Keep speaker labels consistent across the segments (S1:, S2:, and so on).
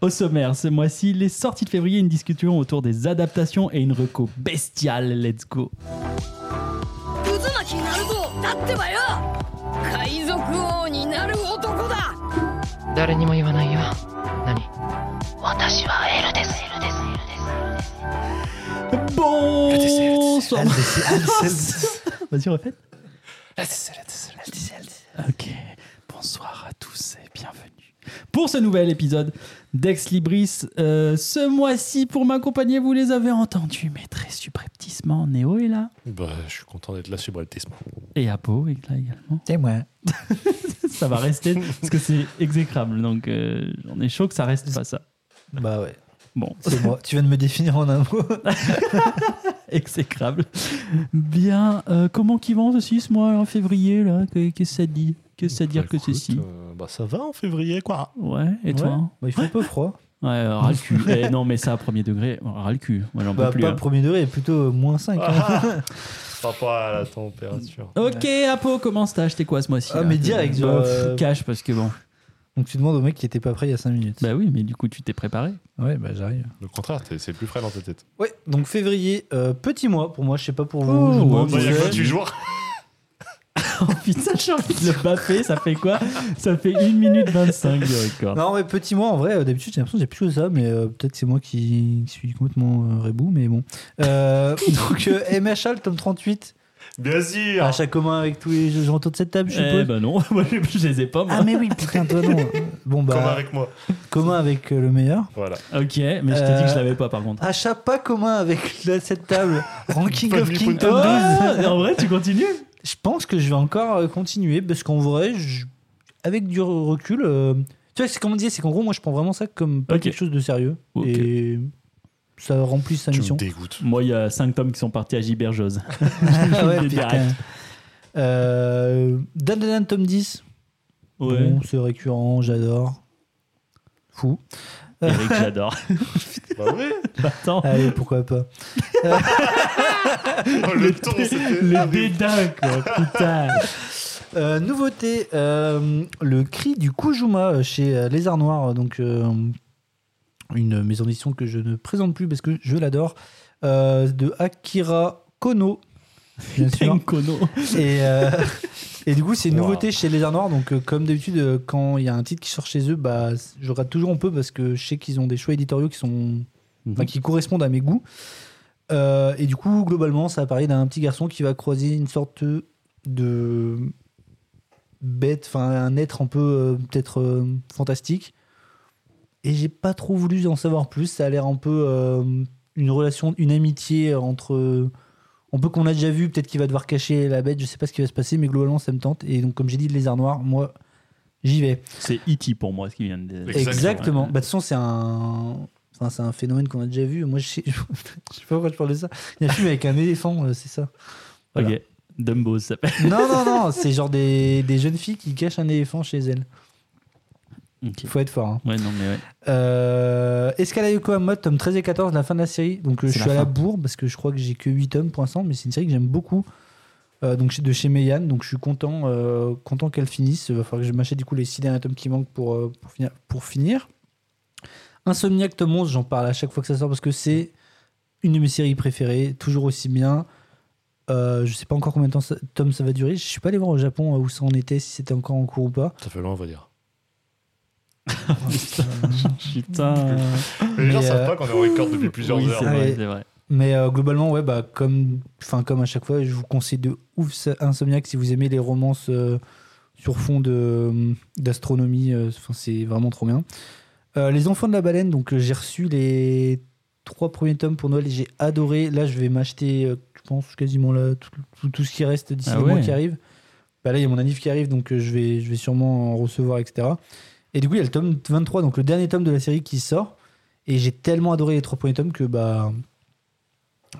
S1: Au sommaire, ce mois-ci, les sorties de février, une discussion autour des adaptations et une reco bestiale. Let's go
S2: 渦巻きなるぞだってばよ海賊王になる男だ
S3: 誰にも言わないよ何私はエルですエルですエルです
S1: Bonsoir Vas-y, refaites. Ok. Bonsoir à tous et bienvenue pour ce nouvel épisode d'Ex Libris. Euh, ce mois-ci, pour m'accompagner, vous les avez entendus, mais très subrepticement. Néo est là.
S4: Bah, je suis content d'être là, subrepticement.
S1: Et Apo est là également.
S5: C'est moi.
S1: Ça va rester, parce que c'est exécrable. Donc, euh, on est chaud que ça reste pas ça.
S5: Bah ouais,
S1: Bon,
S5: c'est moi. Tu viens de me définir en un mot.
S1: exécrable. Bien, euh, comment qui vont ceci ce mois en février là Que- Qu'est-ce que ça dit Qu'est-ce que ça dire que ceci
S4: Bah, ça va en février, quoi.
S1: Ouais, et toi
S5: Bah, Il fait un peu froid.
S1: Ouais, euh, ras le cul. Eh, non, mais ça, premier degré, ras le cul. Moi, j'en peux
S5: Bah,
S1: plus.
S5: pas
S1: hein. Ah.
S5: premier degré, plutôt euh, moins 5.
S4: Par rapport à la température.
S1: Ok, Apo, commence t'as acheté quoi ce mois-ci
S5: Ah,
S1: là
S5: mais direct,
S1: Bah,
S5: genre,
S1: pff,
S5: euh,
S1: Cash, parce que bon.
S5: Donc tu demandes au mec qui était pas prêt il y a 5 minutes.
S1: Bah oui, mais du coup, tu t'es préparé.
S5: Ouais, bah j'arrive.
S4: Le contraire, t'es- c'est plus frais dans ta tête.
S5: Ouais, donc février, euh, petit mois pour moi, je sais pas pour vous.
S1: Oh,
S5: je vous demande
S1: Bah, ouais,
S5: si
S1: y a
S5: vous
S1: quoi
S5: avez-
S1: du
S4: jour
S1: Oh putain, j'ai envie de le baffer, ça fait quoi Ça fait 1 minute 25 de record.
S5: Non, mais petit mois en vrai, euh, d'habitude j'ai l'impression que j'ai plus que ça, mais euh, peut-être c'est moi qui suis complètement euh, rebou, mais bon. Euh, donc euh, MHA, le tome 38,
S4: Bien sûr
S5: achat commun avec tous les gens autour de cette table, je suppose.
S1: Ah. Eh ben non, moi je je les ai pas moi.
S5: Ah, mais oui, putain, toi non. Bon, bah,
S4: Comme avec moi.
S5: commun avec euh, le meilleur.
S4: Voilà.
S1: Ok, mais je t'ai dit que je
S5: Euh,
S1: l'avais pas par contre.
S5: Achat pas commun avec la- cette table Ranking of
S4: Family
S5: Kingdom
S1: Oh,
S4: Punto.
S5: 12.
S1: en vrai, tu continues
S5: Je pense que je vais encore euh, continuer parce qu'en vrai, je- avec du re- recul, euh, tu vois, c'est comme on disait, c'est qu'en gros, moi je prends vraiment ça comme pas
S1: Ok.
S5: quelque chose de sérieux
S1: Ok.
S5: et ça remplit sa
S4: Tu
S5: mission.
S4: me dégoûtes.
S1: Moi, il y a 5 tomes qui sont partis à Giberjose.
S5: Ah ouais,
S1: me
S5: putain.
S1: direct.
S5: Euh, Dan Dan Dan tome 10,
S1: Ouais.
S5: Bon, c'est récurrent, j'adore. Fou.
S1: Eric, j'adore. Ah,
S4: Bah oui
S1: Attends,
S5: Allez, pourquoi pas.
S4: Oh, Le ton,
S1: le
S4: c'était...
S1: dédain, quoi, putain.
S5: Euh, nouveauté, euh, le cri du Kujuma euh, chez euh, Les Arts Noirs, donc euh, une maison d'édition que je ne présente plus parce que je l'adore, euh, de Akira Kono. Bien sûr.
S1: Tenkono.
S5: Et, euh, et du coup, c'est une
S4: Wow.
S5: nouveauté chez Les Arts Noirs. Donc, euh, comme d'habitude, euh, quand il y a un titre qui sort chez eux, bah, je rate toujours un peu parce que je sais qu'ils ont des choix éditoriaux qui sont enfin, qui correspondent à mes goûts. Euh, et du coup, globalement, ça apparaît d'un petit garçon qui va croiser une sorte de bête, enfin un être un peu euh, peut-être euh, fantastique. Et j'ai pas trop voulu en savoir plus. Ça a l'air un peu euh, une relation, une amitié entre. on peut qu'on a déjà vu, peut-être qu'il va devoir cacher la bête, je sais pas ce qui va se passer, mais globalement ça me tente. Et donc, comme j'ai dit, le lézard noir, moi, j'y vais.
S1: C'est E.T. pour moi, ce qui vient de
S4: Exactement.
S5: Exactement.
S1: Ouais.
S5: Bah, de toute façon, c'est un... enfin, c'est un phénomène qu'on a déjà vu. Moi, je sais... je sais pas pourquoi je parle de ça. Il y a un film avec un éléphant, euh, c'est ça. Voilà.
S1: Ok. Dumbo, ça s'appelle.
S5: Non, non, non, c'est genre des... des jeunes filles qui cachent un éléphant chez elles.
S1: Ok.
S5: Faut être fort. hein.
S1: Ouais, non, mais ouais.
S5: Euh... Escalade Yokohama, tome 13 et 14, la fin de la série. Donc, euh, je
S1: C'est
S5: suis
S1: la
S5: à la
S1: fin.
S5: bourre parce que je crois que j'ai que 8 tomes pour l'instant, mais c'est une série que j'aime beaucoup. Euh, donc de chez Meian, donc je suis content, euh, content qu'elle finisse. Il va falloir que je m'achète du coup les 6 derniers tomes qui manquent pour, euh, pour, finir, pour finir. Insomniac tome 11, j'en parle à chaque fois que ça sort parce que c'est une de mes séries préférées, toujours aussi bien. Euh, je sais pas encore combien de temps ça, tomes ça va durer. Je suis pas allé voir au Japon euh, où ça en était, si c'était encore en cours ou pas.
S4: Ça fait loin, on va dire.
S1: Putain.
S4: Les gens
S5: Mais,
S4: savent
S5: euh,
S4: pas qu'on est en record depuis plusieurs
S1: oui,
S4: heures.
S1: c'est vrai,
S5: Ouais.
S1: c'est vrai.
S5: Mais euh, globalement, ouais, bah, comme, enfin, comme à chaque fois, je vous conseille de ouf ça- Insomniac si vous aimez les romances euh, sur fond de, euh, d'astronomie. euh, enfin, c'est vraiment trop bien. Euh, les Enfants de la Baleine, donc euh, j'ai reçu les trois premiers tomes pour Noël et j'ai adoré. Là, je vais m'acheter, euh, je pense, quasiment là, tout, tout- tout ce qui reste d'ici
S1: Ah
S5: le mois
S1: ouais.
S5: qui arrive. Bah, là, il y a mon anniv qui arrive, donc euh, je, vais, je vais sûrement en recevoir, etc. Et du coup, il y a le tome 23, donc le dernier tome de la série qui sort. Et j'ai tellement adoré les trois premiers tomes que bah,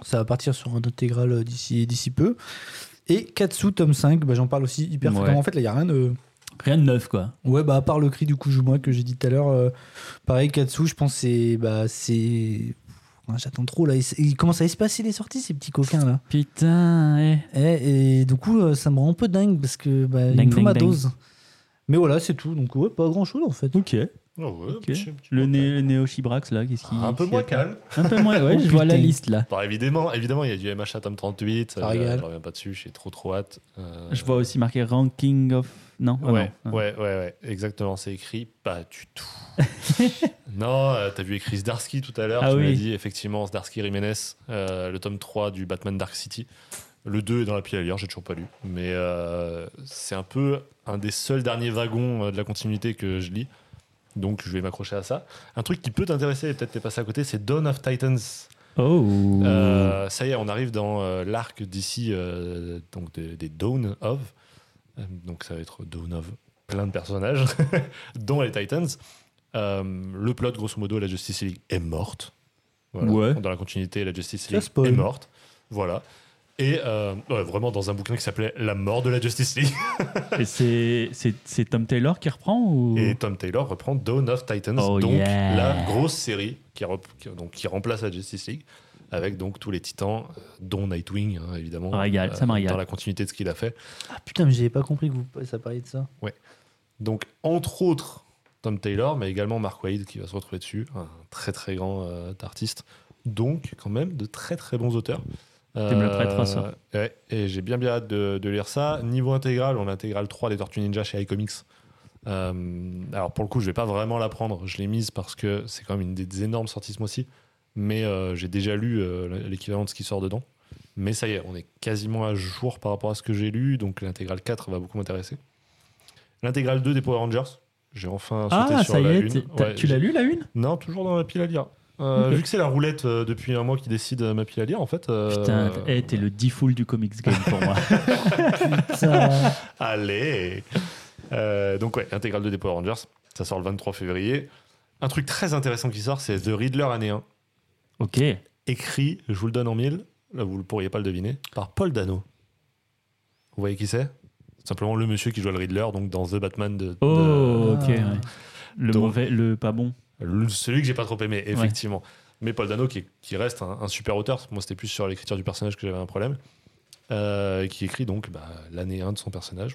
S5: ça va partir sur un intégral euh, d'ici d'ici peu. Et Katsu, tome 5, bah, j'en parle aussi hyper
S1: Ouais.
S5: fréquemment. En fait, là, il n'y a rien de.
S1: Rien de neuf, quoi.
S5: Ouais, bah, à part le cri du Kujuma que j'ai dit tout à l'heure, euh, pareil, Katsu, je pense que c'est. Bah, c'est... Ouais, J'attends trop, là. Il- Il commence à espacer les sorties, ces petits coquins, là.
S1: Putain, eh.
S5: Eh, et du coup, euh, ça me rend un peu dingue parce que bah, il
S1: Dingue,
S5: me faut ma
S1: dingue, dingue.
S5: dose. Mais voilà, c'est tout. Donc, ouais, pas grand chose en fait.
S1: Ok.
S4: Oh, ouais,
S1: Ok.
S4: petit- petit
S1: Le,
S4: peu
S1: né- le Néo Chibrax, là, qu'est-ce qui.
S4: calme. Ah, Un peu
S1: qui
S4: moins
S1: a-
S4: calme.
S1: Un peu moins, ouais,
S5: Oh,
S1: je vois la
S5: putain.
S1: liste là.
S4: Bah, évidemment, évidemment, il y a du MH Atom 38. euh,
S5: Ah, regarde.
S4: je reviens pas dessus, j'ai trop trop hâte. euh,
S1: Je vois aussi marqué Ranking of. Non, ah
S4: Ouais,
S1: non.
S4: ouais, ouais, ouais, exactement, c'est écrit pas du tout. non, euh, t'as vu écrit Zdarsky tout à l'heure,
S1: Ah
S4: tu m'as
S1: oui.
S4: dit effectivement Zdarsky Jiménez, euh, le tome 3 du Batman Dark City. Le 2 est dans la pile à lire, j'ai toujours pas lu. Mais euh, c'est un peu un des seuls derniers wagons euh, de la continuité que je lis. Donc je vais m'accrocher à ça. Un truc qui peut t'intéresser et peut-être t'es passé à côté, c'est Dawn of Titans.
S1: Oh
S4: Euh, ça y est, on arrive dans euh, l'arc d'ici, euh, donc des, des Dawn of. Euh, Donc ça va être Dawn of plein de personnages, dont les Titans. Euh, le plot, grosso modo, la Justice League est morte. Voilà.
S1: Ouais.
S4: Dans la continuité, la Justice
S5: Ça
S4: League
S5: spoil.
S4: est morte. Voilà. Et euh, ouais, vraiment dans un bouquin qui s'appelait La mort de la Justice League.
S1: Et c'est- c'est c'est Tom Taylor qui reprend ou...
S4: Et Tom Taylor reprend Dawn of Titans,
S1: Oh,
S4: donc
S1: yeah.
S4: la grosse série qui, rep- qui- donc, qui remplace la Justice League, avec donc tous les titans, euh, dont Nightwing, hein, évidemment.
S1: Régale, ça me régale.
S4: Dans la continuité de ce qu'il a fait.
S5: Ah putain, mais j'avais pas compris que vous, ça parlait de ça.
S4: Donc, entre autres, Tom Taylor, mais également Mark Waid qui va se retrouver dessus, un très très grand euh, artiste. Donc, quand même, de très très bons auteurs. Euh,
S1: Tu me le prêteras, ça.
S4: ouais, et j'ai bien bien hâte de, de lire ça. Niveau intégral, on a intégral 3 des Tortues Ninja chez iComics. Euh, alors pour le coup, je vais pas vraiment la prendre. Je l'ai mise parce que c'est quand même une des, des énormes sorties ce mois-ci. Mais euh, j'ai déjà lu euh, l'équivalent de ce qui sort dedans. Mais ça y est, on est quasiment à jour par rapport à ce que j'ai lu. Donc l'intégrale 4 va beaucoup m'intéresser. L'intégrale 2 des Power Rangers. J'ai enfin sauté
S1: Ah,
S4: sur
S1: ça y
S4: la
S1: est,
S4: une.
S1: t'es- t'as-
S4: Ouais,
S1: tu l'as lu la une
S4: non, toujours dans ma pile à lire. Euh,
S1: Ok.
S4: Vu que c'est la roulette euh, depuis un mois qui décide euh, ma pile à lire, en fait. euh,
S1: Putain, t- eh, t'es le difool du comics game pour moi.
S5: Ça-
S4: Allez Euh, Donc, ouais, intégrale 2 des Power Rangers. Ça sort le 23 février. Un truc très intéressant qui sort, c'est The Riddler année 1.
S1: ok.
S4: Écrit, je vous le donne en mille, là vous ne pourriez pas le deviner, par Paul Dano. Vous voyez qui c'est Simplement le monsieur qui joue le Riddler, donc dans The Batman de. de-
S1: Oh, ok.
S5: Ah.
S1: ouais. Le
S4: Donc-
S1: mauvais, le pas bon.
S4: Le- celui que j'ai pas trop aimé, effectivement. Mais Paul Dano, qui, qui reste un, un super auteur, moi c'était plus sur l'écriture du personnage que j'avais un problème, euh, qui écrit donc bah, l'année 1 de son personnage.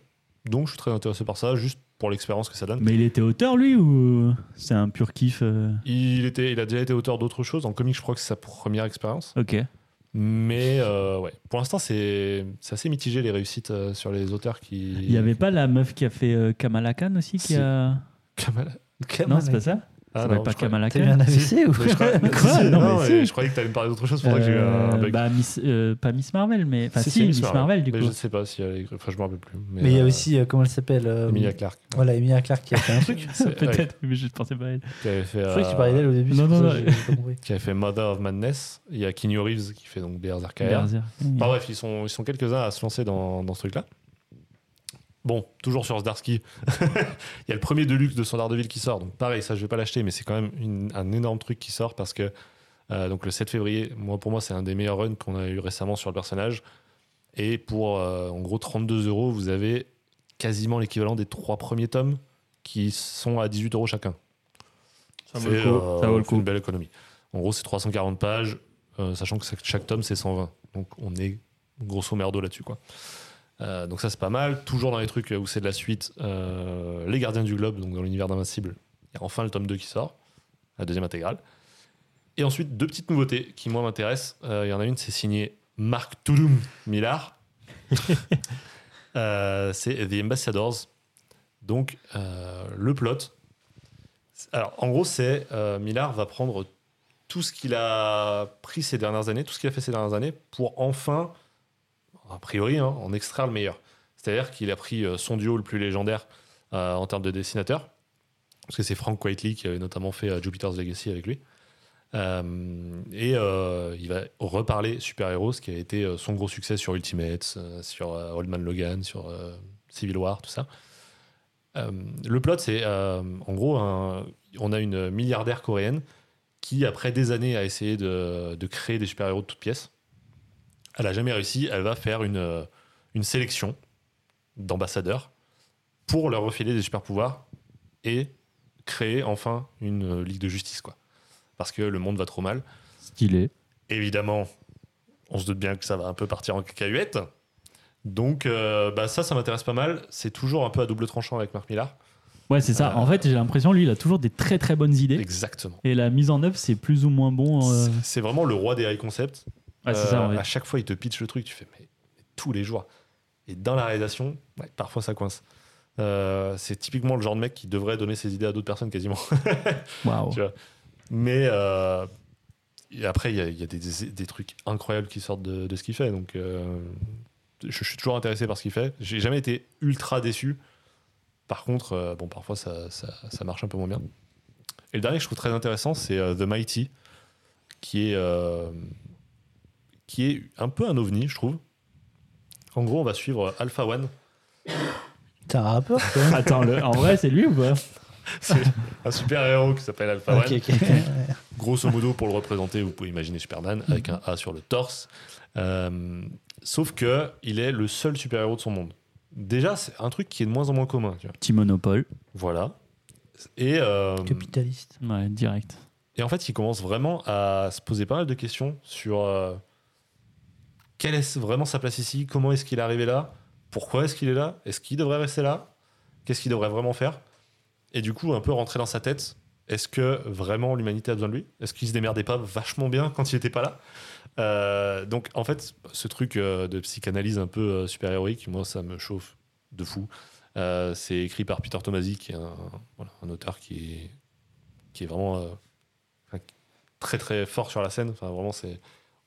S4: Donc je suis très intéressé par ça, juste pour l'expérience que ça donne.
S1: Mais il était auteur, lui, ou c'est un pur kiff euh
S4: Il, était, il a déjà été auteur d'autres choses, en comics je crois que c'est sa première expérience.
S1: Ok.
S4: Mais euh, ouais, pour l'instant c'est c'est assez mitigé les réussites euh, sur les auteurs qui...
S1: Il y avait pas la meuf qui a fait euh, Kamala Khan aussi qui
S4: Si.
S1: a.
S4: Kamala.
S1: Non, c'est pas ça
S4: Ah
S1: Ça s'appelle
S4: non,
S1: pas
S4: je crois-
S1: Kamala
S5: T'as eu
S1: Khan
S5: un AVC ou
S4: Mais je crois-
S1: Quoi
S4: Si, si,
S1: Non,
S4: non,
S1: mais
S4: mais
S1: si.
S4: je croyais que tu allais me parler d'autre chose, faudrait que j'ai eu
S1: Euh,
S4: un bug.
S1: bah, Miss, euh, pas Miss Marvel, mais. Enfin, si, Miss, Marvel, du
S4: mais
S1: coup.
S4: Je sais pas si elle est. Enfin, je me rappelle plus. Mais,
S5: Mais il y a
S4: euh,
S5: aussi, euh, comment elle s'appelle euh,
S4: Emilia Clarke.
S5: Voilà, Emilia Clarke qui a fait un truc.
S4: C'est- ouais,
S1: Peut-être, mais je pensais pas à elle.
S4: qui, avait fait,
S5: Je croyais que
S4: euh,
S5: tu parlais d'elle au début. c'est
S1: Non,
S5: pour
S1: non,
S5: ça que
S1: non.
S5: j'ai pas compris.
S4: qui avait fait Mother of Madness. Il y a Keanu Reeves qui fait donc BRZRKR.
S1: Berserk.
S4: Enfin Bah bref, ils sont, ils sont quelques-uns à se lancer dans, dans ce truc-là. Bon, toujours sur Zdarsky, il y a le premier Deluxe de Standard Deville qui sort. Donc pareil, ça je vais pas l'acheter, mais c'est quand même une- un énorme truc qui sort parce que euh, donc le 7 février, moi pour moi c'est un des meilleurs runs qu'on a eu récemment sur le personnage. Et pour euh, en gros 32 euros, vous avez quasiment l'équivalent des trois premiers tomes qui sont à 18 euros chacun.
S1: Ça
S4: C'est, euh, c'est Une belle économie. En gros, c'est 340 pages, euh, sachant que chaque- chaque tome, c'est 120. Donc, on est grosso merdo là-dessus. quoi. Euh, donc, ça, c'est pas mal. Toujours dans les trucs où c'est de la suite, euh, Les Gardiens du Globe, donc dans l'univers d'Invincible, il y a enfin le tome 2 qui sort, la deuxième intégrale. Et ensuite, deux petites nouveautés qui, moi, m'intéressent. Euh, Il y en a une, c'est signé Marc Touloum Millard. Euh, c'est The Ambassadors. Donc, euh, le plot, alors, en gros, c'est euh, Millard va prendre tout ce qu'il a pris ces dernières années, tout ce qu'il a fait ces dernières années, pour enfin, a priori, hein, en extraire le meilleur. C'est-à-dire qu'il a pris euh, son duo le plus légendaire euh, en termes de dessinateur, parce que c'est Frank Whiteley qui avait notamment fait euh, Jupiter's Legacy avec lui. Euh, et euh, il va reparler Super Heroes, qui a été euh, son gros succès sur Ultimate, euh, sur euh, Old Man Logan, sur euh, Civil War, tout ça. Euh, le plot, c'est euh, en gros, un- on a une milliardaire coréenne qui, après des années, a essayé de, de créer des super-héros de toutes pièces. Elle n'a jamais réussi. Elle va faire une, euh, une sélection d'ambassadeurs pour leur refiler des super-pouvoirs et créer enfin une euh, ligue de justice. quoi. Parce que le monde va trop mal.
S1: Stylé.
S4: Évidemment, on se doute bien que ça va un peu partir en cacahuète. Donc, euh, bah ça, ça m'intéresse pas mal. C'est toujours un peu à double tranchant avec Marc Millar.
S1: Ouais, c'est ça.
S4: Euh,
S1: En fait, j'ai l'impression, lui, il a toujours des très très bonnes idées.
S4: Exactement.
S1: Et la mise en œuvre, c'est plus ou moins bon. euh,
S4: C'est- C'est vraiment le roi des high concepts.
S1: Ouais, c'est
S4: Euh,
S1: ça, ouais.
S4: À chaque fois, il te pitch le truc, tu fais mais, mais tous les jours. Et dans la réalisation, ouais, parfois ça coince. Euh, c'est typiquement le genre de mec qui devrait donner ses idées à d'autres personnes quasiment.
S1: Waouh.
S4: ah, tu vois. Mais euh, et après, il y a, il y a des, des- des trucs incroyables qui sortent de, de ce qu'il fait. Donc, euh, je, je suis toujours intéressé par ce qu'il fait. J'ai jamais été ultra déçu. Par contre, euh, bon, parfois ça, ça- ça marche un peu moins bien. Et le dernier que je trouve très intéressant, c'est euh, The Mighty, qui est, euh, qui est un peu un ovni, je trouve. En gros, on va suivre Alpha One.
S5: T'as un rappeur toi
S1: Attends, le- en vrai, c'est lui ou pas
S4: C'est un super héros qui s'appelle Alpha One.
S5: Ok, ok.
S4: Grosso modo, pour le représenter, vous pouvez imaginer Superman avec un A sur le torse. Euh, sauf que il est le seul super-héros de son monde. Déjà, c'est un truc qui est de moins en moins commun. tu vois.
S1: Petit monopole.
S4: Voilà. Et, euh,
S5: Capitaliste.
S1: Ouais, direct.
S4: et en fait, il commence vraiment à se poser pas mal de questions sur euh, quelle est vraiment sa place ici, comment est-ce qu'il est arrivé là, pourquoi est-ce qu'il est là, est-ce qu'il devrait rester là, qu'est-ce qu'il devrait vraiment faire. Et du coup, un peu rentrer dans sa tête, est-ce que vraiment l'humanité a besoin de lui Est-ce qu'il se démerdait pas vachement bien quand il était pas là Euh, Donc en fait, ce truc euh, de psychanalyse un peu euh, super-héroïque, moi ça me chauffe de fou. Euh, c'est écrit par Peter Tomasi, qui est un, voilà, un auteur qui est, qui est vraiment euh, enfin, très très fort sur la scène. Enfin, vraiment, c'est,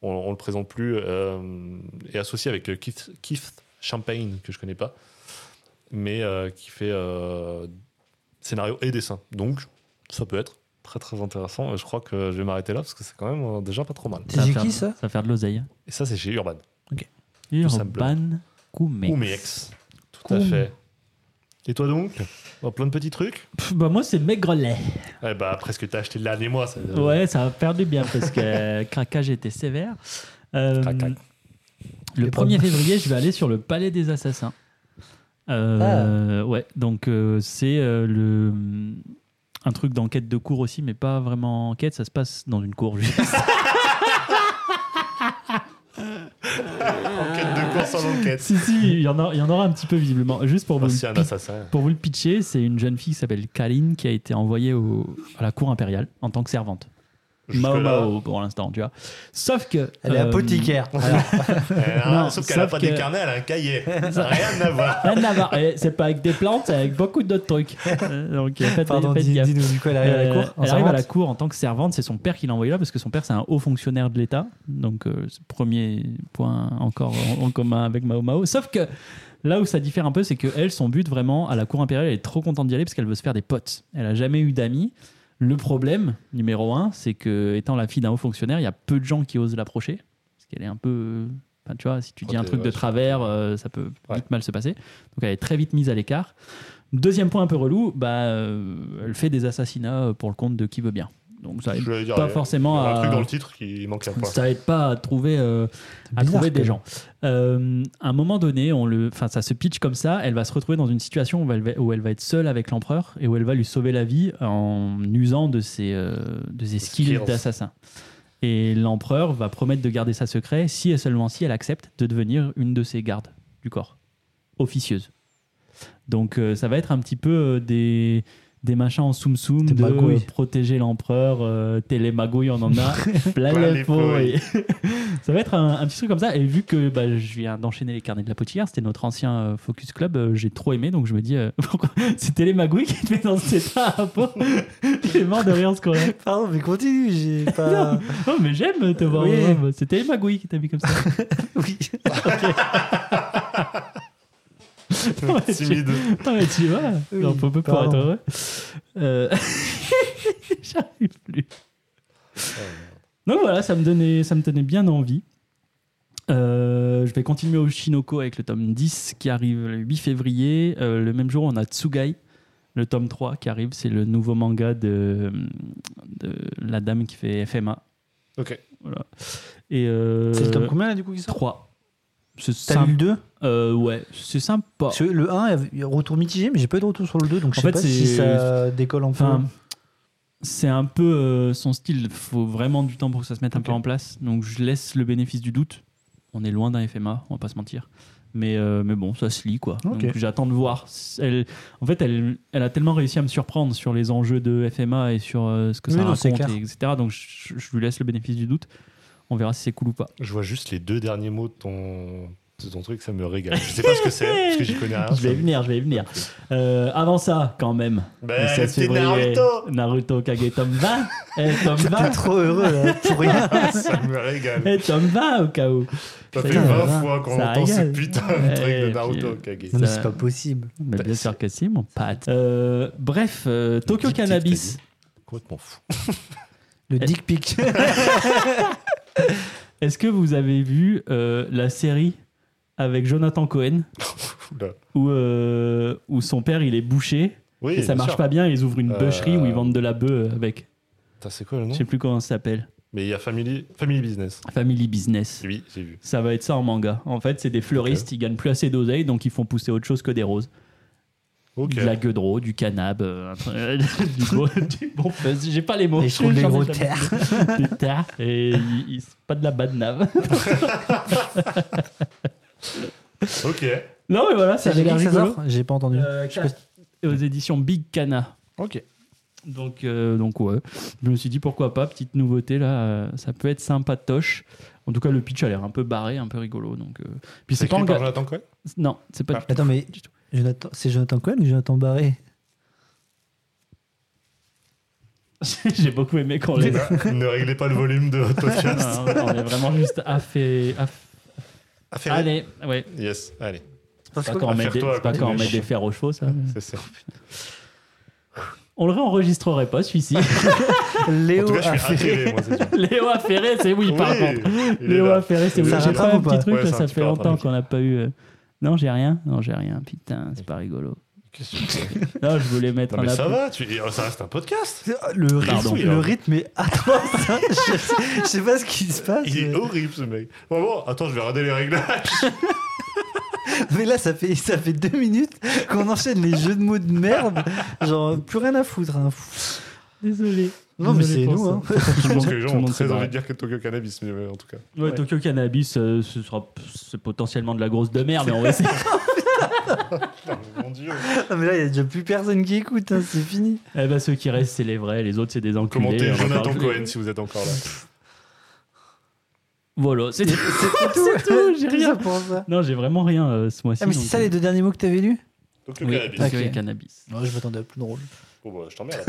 S4: on, on le présente plus. euh, et associé avec euh, Keith, Keith Champagne, que je connais pas, mais euh, qui fait euh, scénario et dessin. Donc ça peut être très très intéressant. Et Je crois que je vais m'arrêter là parce que c'est quand même euh, déjà pas trop mal.
S5: C'est
S1: va
S5: chez
S1: faire-
S5: qui ça
S1: Ça va faire de l'oseille.
S4: Et ça, c'est chez Urban. simplement.
S1: Urban Koumex.
S4: Ou mes ex. Tout à fait. Et toi donc Oh, Plein de petits trucs
S1: Pff, bah moi, c'est Maigrelet.
S4: Eh bah, presque t'as acheté le dernier mois. Ça,
S1: Ouais, ça va faire du bien parce que euh, craquage était sévère. Euh,
S4: Crac, crac.
S1: le 1er
S5: Les pommes.
S1: février, je vais aller sur le Palais des Assassins.
S5: Ah.
S1: Euh, Ouais, donc euh, c'est euh, le un truc d'enquête de cour aussi, mais pas vraiment enquête, ça se passe dans une cour juste.
S4: Enquête de course en enquête.
S1: si, si, il y, en a- il y en aura un petit peu visiblement. Juste pour vous,
S4: Voici
S1: le
S4: un
S1: pi-
S4: assassin.
S1: pour vous le pitcher, c'est une jeune fille qui s'appelle Kaline qui a été envoyée au- à la cour impériale en tant que servante. Mao
S4: Jusque-là,
S1: Mao pour l'instant, tu vois. Sauf que.
S5: Elle est
S1: euh,
S5: apothicaire.
S4: elle a-
S1: Non,
S4: Eh, hein, sauf qu'elle a
S1: sauf
S4: pas
S1: que-
S4: des carnets, elle a un cahier. Ça n'a rien à voir.
S1: Rien à voir. Et C'est pas avec des plantes, c'est avec beaucoup d'autres trucs. Euh, Donc faites,
S5: Pardon,
S1: faites
S5: dis-
S1: gaffe.
S5: dis-nous du coup, elle arrive à la
S1: Euh,
S5: cour. en
S1: elle arrive à la
S5: servante
S1: cour en tant que servante, c'est son père qui l'a envoyée là parce que son père c'est un haut fonctionnaire de l'État. Donc euh, c'est le premier point encore en, en commun avec Mao Mao. Sauf que là où ça diffère un peu, c'est que elle, son but vraiment à la cour impériale, elle est trop contente d'y aller parce qu'elle veut se faire des potes. Elle a jamais eu d'amis. Le problème numéro un, c'est que étant la fille d'un haut fonctionnaire, il y a peu de gens qui osent l'approcher parce qu'elle est un peu. Enfin, tu vois, si tu dis un
S4: Protégée,
S1: truc de
S4: ouais.
S1: travers, euh, ça peut
S4: Ouais.
S1: vite mal se passer. Donc elle est très vite mise à l'écart. Deuxième point un peu relou, bah, euh, elle fait des assassinats pour le compte de qui veut bien. Donc ça aide,
S4: Je vais dire,
S1: pas
S4: il y a-
S1: forcément
S4: il y a Un
S1: à-
S4: truc dans le titre qui manque un point.
S1: ça aide pas à trouver, euh, à
S5: bizarre,
S1: trouver
S5: quand
S1: des
S5: même.
S1: gens. Euh, à un moment donné, on le, enfin, ça se pitch comme ça, elle va se retrouver dans une situation où elle va, où elle va être seule avec l'empereur et où elle va lui sauver la vie en usant de ses, euh, de ses skills
S4: Skills.
S1: d'assassin. Et l'empereur va promettre de garder ça secret si et seulement si elle accepte de devenir une de ses gardes du corps, officieuse. Donc euh, ça va être un petit peu euh, des, des machins en soum-soum
S5: Des
S1: de
S5: magouilles.
S1: euh, protéger l'empereur, euh, télémagouille, on en a plein
S4: Plein
S1: les
S4: les
S1: pots.
S4: pots, oui.
S1: et- ça va être un, un petit truc comme ça. Et vu que bah, je viens d'enchaîner les carnets de la potière, c'était notre ancien euh, Focus Club, euh, j'ai trop aimé, donc je me dis, euh, pourquoi c'est télémagouille qui te met dans cet état à peau J'ai mort de rire ce qu'on
S5: Pardon, mais continue, j'ai pas.
S1: Oh, mais j'aime te voir.
S5: Oui.
S1: heureux. C'est télémagouille qui t'a mis comme ça.
S5: oui.
S1: Ouais, tu-
S4: Timide.
S1: Non, mais tu vois,
S5: Oui,
S1: on peut pas pouvoir être
S5: pardon.
S1: heureux. Euh, J'arrive plus.
S5: Oh,
S1: Donc voilà, ça me donnait, ça me tenait bien envie. Euh, je vais continuer au Shinoko avec le tome 10 qui arrive le 8 février. Euh, le même jour, on a Tsugai, le tome 3 qui arrive. C'est le nouveau manga de, de la dame qui fait FMA.
S4: Ok.
S1: Voilà. Et euh,
S5: C'est le tome combien là du coup qui sort
S1: 3. C'est
S5: T'as
S1: sympa.
S5: lu le 2
S1: Euh, ouais, c'est sympa.
S5: Parce que le 1, il y a retour mitigé, mais j'ai pas eu de retour sur le 2, donc je
S1: En
S5: sais
S1: fait,
S5: pas
S1: c'est-
S5: si ça décolle enfin.
S1: Enfin, c'est un peu euh, son style. Faut vraiment du temps pour que ça se mette un peu en place. Donc je laisse le bénéfice du doute. On est loin d'un FMA, on va pas se mentir. Mais, euh, mais bon, ça se lit quoi.
S5: Ok.
S1: Donc j'attends de voir. Elle, en fait, elle, elle a tellement réussi à me surprendre sur les enjeux de FMA et sur euh, ce que
S5: Oui,
S1: ça
S5: non, c'est
S1: raconte,
S5: clair.
S1: et etc. Donc je, je lui laisse le bénéfice du doute. On verra si c'est cool ou pas.
S4: Je vois juste les deux derniers mots de ton, de ton truc, ça me régale. Je sais pas ce que c'est, parce que j'y connais rien.
S1: Ah, Je vais y venir, je vais y venir. Euh, avant ça, quand même.
S4: Ben,
S1: le 16
S4: c'était
S1: février,
S4: Naruto.
S1: Naruto Kage tome 20. Eh, tome
S5: T'es
S1: 20.
S5: trop heureux
S1: hein,
S5: là, pour rien.
S4: ça me régale.
S1: Eh, tome 20 au cas où.
S4: Ça fait
S1: putain,
S4: 20 fois qu'on
S1: ça
S4: entend ce
S1: régale.
S4: putain de truc
S1: Ouais,
S4: de
S1: et
S4: Naruto
S1: puis, euh,
S4: Kage.
S5: Non, mais
S1: Ça-
S5: c'est pas possible.
S1: Mais bien sûr que si, mon pote. Euh, bref, euh, Tokyo
S4: Dictée,
S1: Cannabis.
S4: Complètement fou.
S5: Le
S1: Eh,
S5: dick pic.
S1: Est-ce que vous avez vu euh, la série avec Jonathan Cohen
S4: Oula.
S1: où, euh, où son père il est bouché
S4: Oui,
S1: et ça
S4: bien
S1: marche
S4: sûr.
S1: pas bien, ils ouvrent une
S4: Euh,
S1: bûcherie où ils vendent de la bœuf avec.
S4: Putain, C'est quoi le nom
S1: Je sais plus comment ça s'appelle.
S4: Mais il y a Family, Family Business.
S1: Family Business.
S4: Oui, j'ai vu.
S1: Ça va être ça en manga. En fait, c'est des fleuristes, ils gagnent plus assez d'oseille donc ils font pousser autre chose que des roses.
S4: Ok.
S1: De la gueudreau, du cannab, euh, un truc- euh, du, bon, du bon fuzz. J'ai pas les mots.
S5: Ils font des
S1: J'en ai
S5: gros
S1: jamais- Des terres. Et ils- ils- c'est pas de la bad nav.
S4: Ok.
S1: Non, mais voilà, ça
S5: Ça
S1: avait l'air
S5: ça
S1: rigolo.
S5: sort J'ai pas entendu.
S1: Euh,
S5: Je sais pas si-
S1: aux éditions Big Cana.
S5: Ok.
S1: Donc, euh, donc ouais, je me suis dit pourquoi pas, petite nouveauté là, euh, ça peut être sympatoche. En tout cas, le pitch a l'air un peu barré, un peu rigolo. Donc, euh, Puis c'est
S4: C'est
S1: pas
S4: écrit
S1: en
S4: par Jonathan Cohen
S1: Non, c'est pas.
S5: Attends, mais
S1: du tout.
S5: Jonathan- c'est Jonathan Cohen ou Jonathan Barré
S4: Ah.
S1: J'ai beaucoup aimé qu'on l'ait.
S4: Bah, Ne réglez pas le volume de votre podcast.
S1: Non, non, on est vraiment juste affé. aff-
S4: Affaire.
S1: Allez, ouais.
S4: Ah, Yes, allez.
S1: C'est pas quand on met des,
S4: Affaire-toi,
S1: c'est pas
S4: quoi,
S1: quand on
S4: tu
S1: met
S4: lèches.
S1: des fers aux chevaux, ça.
S4: C'est ça.
S1: On le réenregistrerait pas, celui-ci.
S4: En
S5: Léo
S4: tout cas,
S5: a
S4: je suis
S5: fait-
S4: attiré, moi, c'est sûr.
S1: Léo a ferré, c'est oui, par contre.
S4: il est
S1: Léo
S4: là.
S1: a ferré, c'est
S4: Il
S1: oui.
S4: est
S1: J'ai
S4: là.
S5: Ça rattrape
S1: pas un
S5: ou pas
S1: petit truc,
S4: Ouais,
S1: là,
S4: c'est un
S1: ça
S4: petit
S1: fait
S4: peu
S1: longtemps
S4: rattrapé.
S1: qu'on n'a pas eu. euh, Non, j'ai rien. Non, j'ai rien. Putain, c'est pas rigolo. Là, je voulais mettre
S4: Non,
S1: un
S4: mais ça
S1: appel.
S4: va, tu... oh, ça reste un podcast.
S5: Le
S1: Pardon.
S5: rythme, le rythme est atroce. hein. je, sais- je sais pas ce qui se passe.
S4: Il est
S5: mais-
S4: horrible ce mec. Bon, bon, attends, je vais regarder les réglages.
S5: Mais là, ça fait, ça fait deux minutes qu'on enchaîne les jeux de mots de merde. Genre, plus rien à foutre. hein.
S1: Désolé.
S5: Non, mais
S1: Désolé
S5: c'est
S1: pour
S5: nous.
S1: ça.
S5: hein.
S4: Je pense que
S1: Tout
S4: les
S1: le
S4: gens ont
S1: monde s'est
S4: très
S1: barré.
S4: envie de dire que Tokyo Cannabis, mais euh, en tout cas.
S1: Ouais, Tokyo Cannabis, euh, ce sera c'est potentiellement de la grosse de merde, mais on va essayer.
S4: Mon dieu.
S5: Non, mais là, il y a déjà plus personne qui écoute. hein, C'est fini.
S1: eh ben, ceux qui restent, c'est les vrais. Les autres, c'est des enculés.
S4: Commentez
S1: On va
S4: Jonathan
S1: parler-
S4: Cohen si vous êtes encore là.
S1: Voilà, c'est
S5: C'est
S1: C'est tout, j'ai rien.
S5: ça pour ça.
S1: Non, j'ai vraiment rien euh, ce mois-ci.
S5: Ah, mais c'est
S1: donc,
S5: ça
S1: euh,
S5: les deux derniers mots que t'avais lus
S4: Tokyo
S1: Oui,
S4: Cannabis.
S1: Tokyo
S5: Ok.
S1: Cannabis.
S5: Non, je m'attendais à plus drôle.
S4: Bon, bah, je t'emmerde.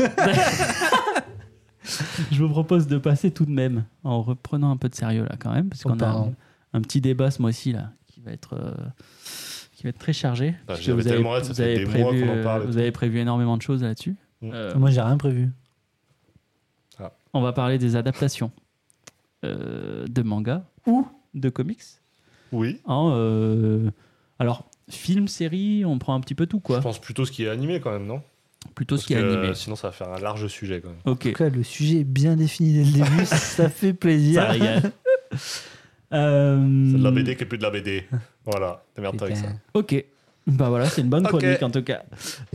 S1: Je vous propose de passer tout de même, en reprenant un peu de sérieux là quand même, parce
S5: Oh,
S1: qu'on a un,
S5: pardon.
S1: un petit débat ce mois-ci là, qui va être, euh, qui va être très chargé. parce que
S4: Bah, j'avais
S1: vous avez-
S4: tellement hâte, ça
S1: vous
S4: fait
S1: avez
S4: des
S1: prévu,
S4: mois qu'on en
S1: euh,
S4: parle.
S1: Vous avez prévu énormément de choses là-dessus.
S4: Mm.
S1: Euh,
S5: Moi, j'ai rien prévu.
S1: on va parler des adaptations euh, de mangas ou de comics.
S4: Oui.
S1: en, euh, alors, film, série, on prend un petit peu tout quoi.
S4: Je pense plutôt ce qui est animé quand même, non
S1: Plutôt ce
S4: Parce
S1: qui est
S4: que,
S1: animé.
S4: euh, Sinon, ça va faire un large sujet quand même.
S1: Ok.
S5: En tout cas, le sujet est bien défini dès le début. ça fait plaisir.
S1: Ça régale. Euh,
S4: C'est de la BD qui est plus de la BD. Voilà, démerde-toi avec ça.
S5: Putain.
S1: Ok. Bah voilà, c'est une bonne
S4: Ok.
S1: chronique en tout cas.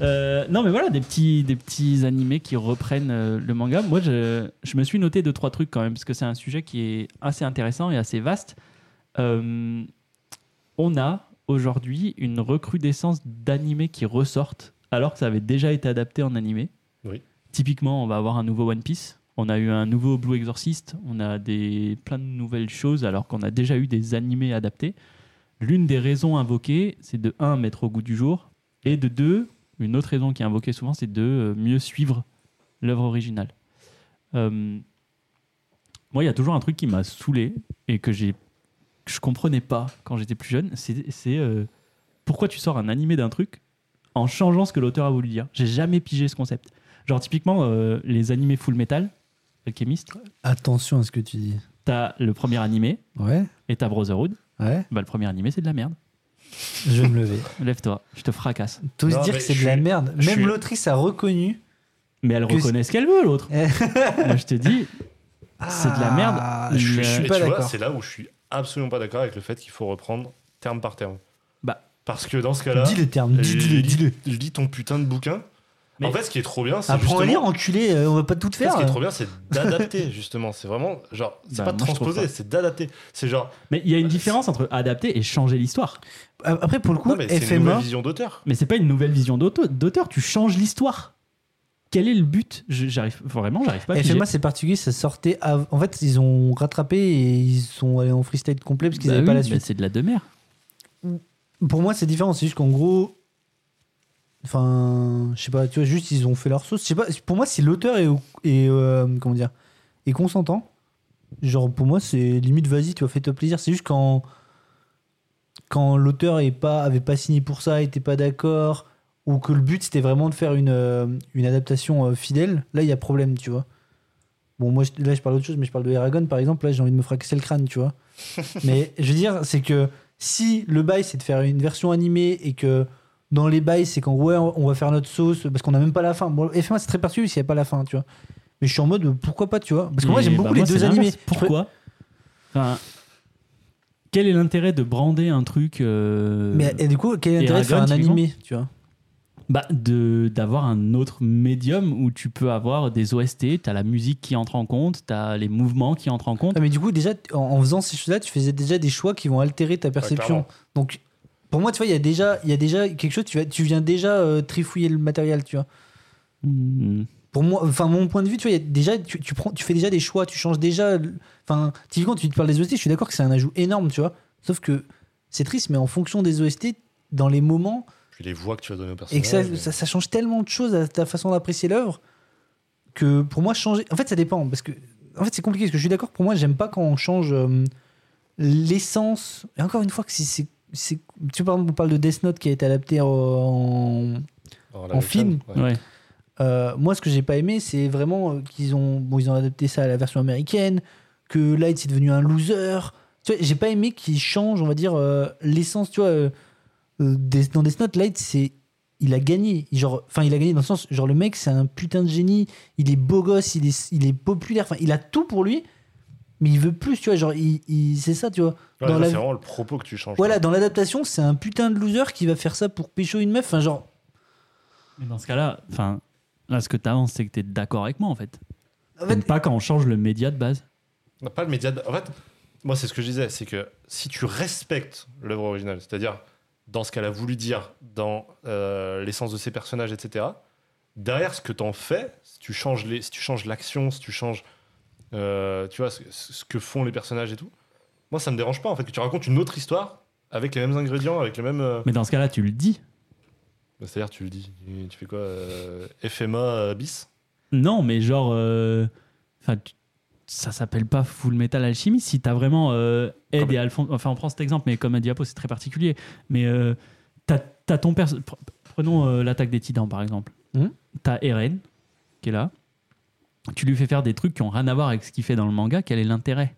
S1: Euh, non mais voilà, des petits, des petits animés qui reprennent euh, le manga. Moi, je, je me suis noté deux, trois trucs quand même, parce que c'est un sujet qui est assez intéressant et assez vaste. Euh, on a aujourd'hui une recrudescence d'animés qui ressortent, alors que ça avait déjà été adapté en animé.
S4: Oui.
S1: Typiquement, on va avoir un nouveau One Piece. On a eu un nouveau Blue Exorcist, on a des, plein de nouvelles choses alors qu'on a déjà eu des animés adaptés. L'une des raisons invoquées, c'est de 1 mettre au goût du jour, et de 2 une autre raison qui est invoquée souvent, c'est de euh, mieux suivre l'œuvre originale. Euh, moi, il y a toujours un truc qui m'a saoulé et que j'ai, que je comprenais pas quand j'étais plus jeune, c'est c'est, euh, pourquoi tu sors un animé d'un truc en changeant ce que l'auteur a voulu dire. J'ai jamais pigé ce concept. Genre typiquement euh, les animés Full Metal, Alchemist,
S5: Attention à ce que tu dis.
S1: t'as le premier animé
S5: Ouais,
S1: et t'as Brotherhood.
S5: ouais.
S1: Bah, le premier animé, c'est de la merde.
S5: Je vais me lever.
S1: Lève-toi, je te fracasse.
S5: Tous
S4: Non,
S5: dire
S4: mais
S5: que c'est
S4: je
S5: de la
S4: suis-
S5: merde. Même
S4: je suis-
S5: l'autrice a reconnu.
S1: Mais elle
S5: Que
S1: reconnaît ce qu'elle veut, l'autre. Moi, je te dis, c'est de la merde.
S5: Ah,
S1: Mais-
S5: je, je
S4: Et
S5: suis pas
S4: tu vois,
S5: d'accord.
S4: c'est là où je suis absolument pas d'accord avec le fait qu'il faut reprendre terme par terme.
S1: Bah.
S4: Parce que dans ce cas-là, Euh,
S5: Dis les termes. Dis, dis-les, dis-les.
S4: lis ton putain de bouquin
S1: Mais-
S4: En fait, ce qui est trop bien, c'est
S5: Apprends à Ah, lire,
S4: justement-
S5: enculé, euh, on va pas tout
S4: Ce
S5: faire.
S4: qui est trop bien, c'est d'adapter justement. C'est vraiment genre, c'est
S1: Bah,
S4: pas de
S1: moi, je trouve
S4: transposer,
S1: pas.
S4: c'est d'adapter. C'est genre,
S1: Mais il y a une différence entre adapter et changer l'histoire.
S5: Après, pour le coup,
S4: non, mais c'est une nouvelle
S5: FMA,
S4: vision d'auteur.
S1: Mais c'est pas une nouvelle vision d'auto- d'auteur, tu changes l'histoire. Quel est le but Je- J'arrive vraiment, j'arrive pas à piger.
S5: FMA c'est particulier, Eh, ça sortait. av- En fait, ils ont rattrapé et ils sont allés en freestyle complet parce qu'ils
S1: Bah
S5: n'avaient
S1: oui,
S5: pas la
S1: mais
S5: suite.
S1: C'est de la demeure.
S5: Pour moi, c'est différent. C'est juste qu'en gros. Enfin, je sais pas, tu vois, juste ils ont fait leur sauce. Je sais pas, pour moi, si l'auteur est, au- est, euh, comment dire, est consentant, genre pour moi, c'est limite vas-y, tu vas fais-toi plaisir. C'est juste quand, quand l'auteur est pas, avait pas signé pour ça, était pas d'accord, ou que le but c'était vraiment de faire une, euh, une adaptation euh, fidèle, là il y a problème, tu vois. Bon, moi je- là je parle d'autre chose, mais je parle de Eragon par exemple, là j'ai envie de me fracasser le crâne, tu vois. mais je veux dire, c'est que si le bail c'est de faire une version animée et que dans les bails c'est qu'en ouais, on on va faire notre sauce parce qu'on n'a même pas la fin. Bon, FMA c'est très perçu s'il n'y a pas la fin, tu vois. Mais je suis en mode pourquoi pas, tu vois. Parce que moi
S1: Et
S5: j'aime
S1: bah,
S5: beaucoup les
S1: moi, c'est
S5: deux animés.
S1: l'inverse. Pourquoi Enfin, Quel est l'intérêt de brander un truc euh,
S5: Mais eh et du coup, quel est
S1: Et
S5: l'intérêt de faire un
S1: Eragon,
S5: animé, tu vois
S1: bah, de d'avoir un autre médium où tu peux avoir des OST, t'as la musique qui entre en compte, t'as les mouvements qui entrent en compte.
S5: Ah, mais du coup, déjà, t- en, en faisant ces choses-là, tu faisais déjà des choix qui vont altérer ta perception.
S4: clairement.
S5: Donc, pour moi, tu vois, il y a déjà, il y a déjà quelque chose. Tu, vas, tu viens déjà euh, trifouiller le matériel, tu vois.
S1: Hmm.
S5: Pour moi, enfin, mon point de vue, tu vois, il y a déjà, tu, tu prends, tu fais déjà des choix, tu changes déjà. le- Enfin, typiquement, tu te parles des OST. Je suis d'accord que c'est un ajout énorme, tu vois. Sauf que c'est triste, mais en fonction des OST, dans les moments,
S4: Puis les voix que tu vas donner au personnage.
S5: et que ça,
S4: mais-
S5: ça, ça change tellement de choses à ta façon d'apprécier l'œuvre que pour moi changer en fait ça dépend parce que en fait c'est compliqué parce que je suis d'accord pour moi j'aime pas quand on change euh, l'essence et encore une fois que si c'est c'est- tu vois, par exemple on parle de Death Note qui a été adapté en,
S4: en
S5: en film.
S4: ouais.
S1: Ouais.
S5: euh, moi ce que j'ai pas aimé c'est vraiment euh, qu'ils ont bon ils ont adapté ça à la version américaine que Light c'est devenu un loser tu vois j'ai pas aimé qu'ils changent on va dire euh, l'essence tu vois euh, euh, des- dans Death Note Light c'est il a gagné genre enfin il a gagné dans le sens genre le mec c'est un putain de génie il est beau gosse il est il est populaire enfin il a tout pour lui mais il veut plus tu vois genre il, il- c'est ça tu vois
S4: Ouais,
S5: dans
S4: là,
S5: la-
S4: Bah, C'est vraiment le propos que tu changes.
S5: voilà dans l'adaptation c'est un putain de loser qui va faire ça pour pécho une meuf enfin genre
S1: Mais dans ce cas-là, enfin, là, ce que t'avances, c'est que t'es d'accord avec moi en fait.
S5: en
S1: T'aimes
S5: fait
S1: pas quand on change le média de base.
S4: Non, Pas le média. de- En fait, moi, c'est ce que je disais, c'est que si tu respectes l'œuvre originale, c'est-à-dire dans ce qu'elle a voulu dire, dans euh, l'essence de ses personnages, etc., derrière ce que t'en fais, si tu changes les, si tu changes l'action, si tu changes, euh, tu vois, ce, ce que font les personnages et tout, moi, ça me dérange pas en fait que tu racontes une autre histoire avec les mêmes ingrédients, avec les mêmes. euh,
S1: Mais dans ce cas-là, tu le dis.
S4: C'est-à-dire, tu le dis, tu fais quoi, euh, FMA euh, bis
S1: Non, mais genre, euh, enfin, tu- ça s'appelle pas Full Metal Alchimie. Si t'as vraiment euh, Ed
S4: Comme-
S1: et Alphonse, enfin, on prend cet exemple, mais comme à Diapo, c'est très particulier. Mais euh, t'as t'as ton perso. pre- Prenons euh, l'attaque des Titans par exemple.
S5: Mhm.
S1: T'as Eren qui est là. Tu lui fais faire des trucs qui ont rien à voir avec ce qu'il fait dans le manga. Quel est l'intérêt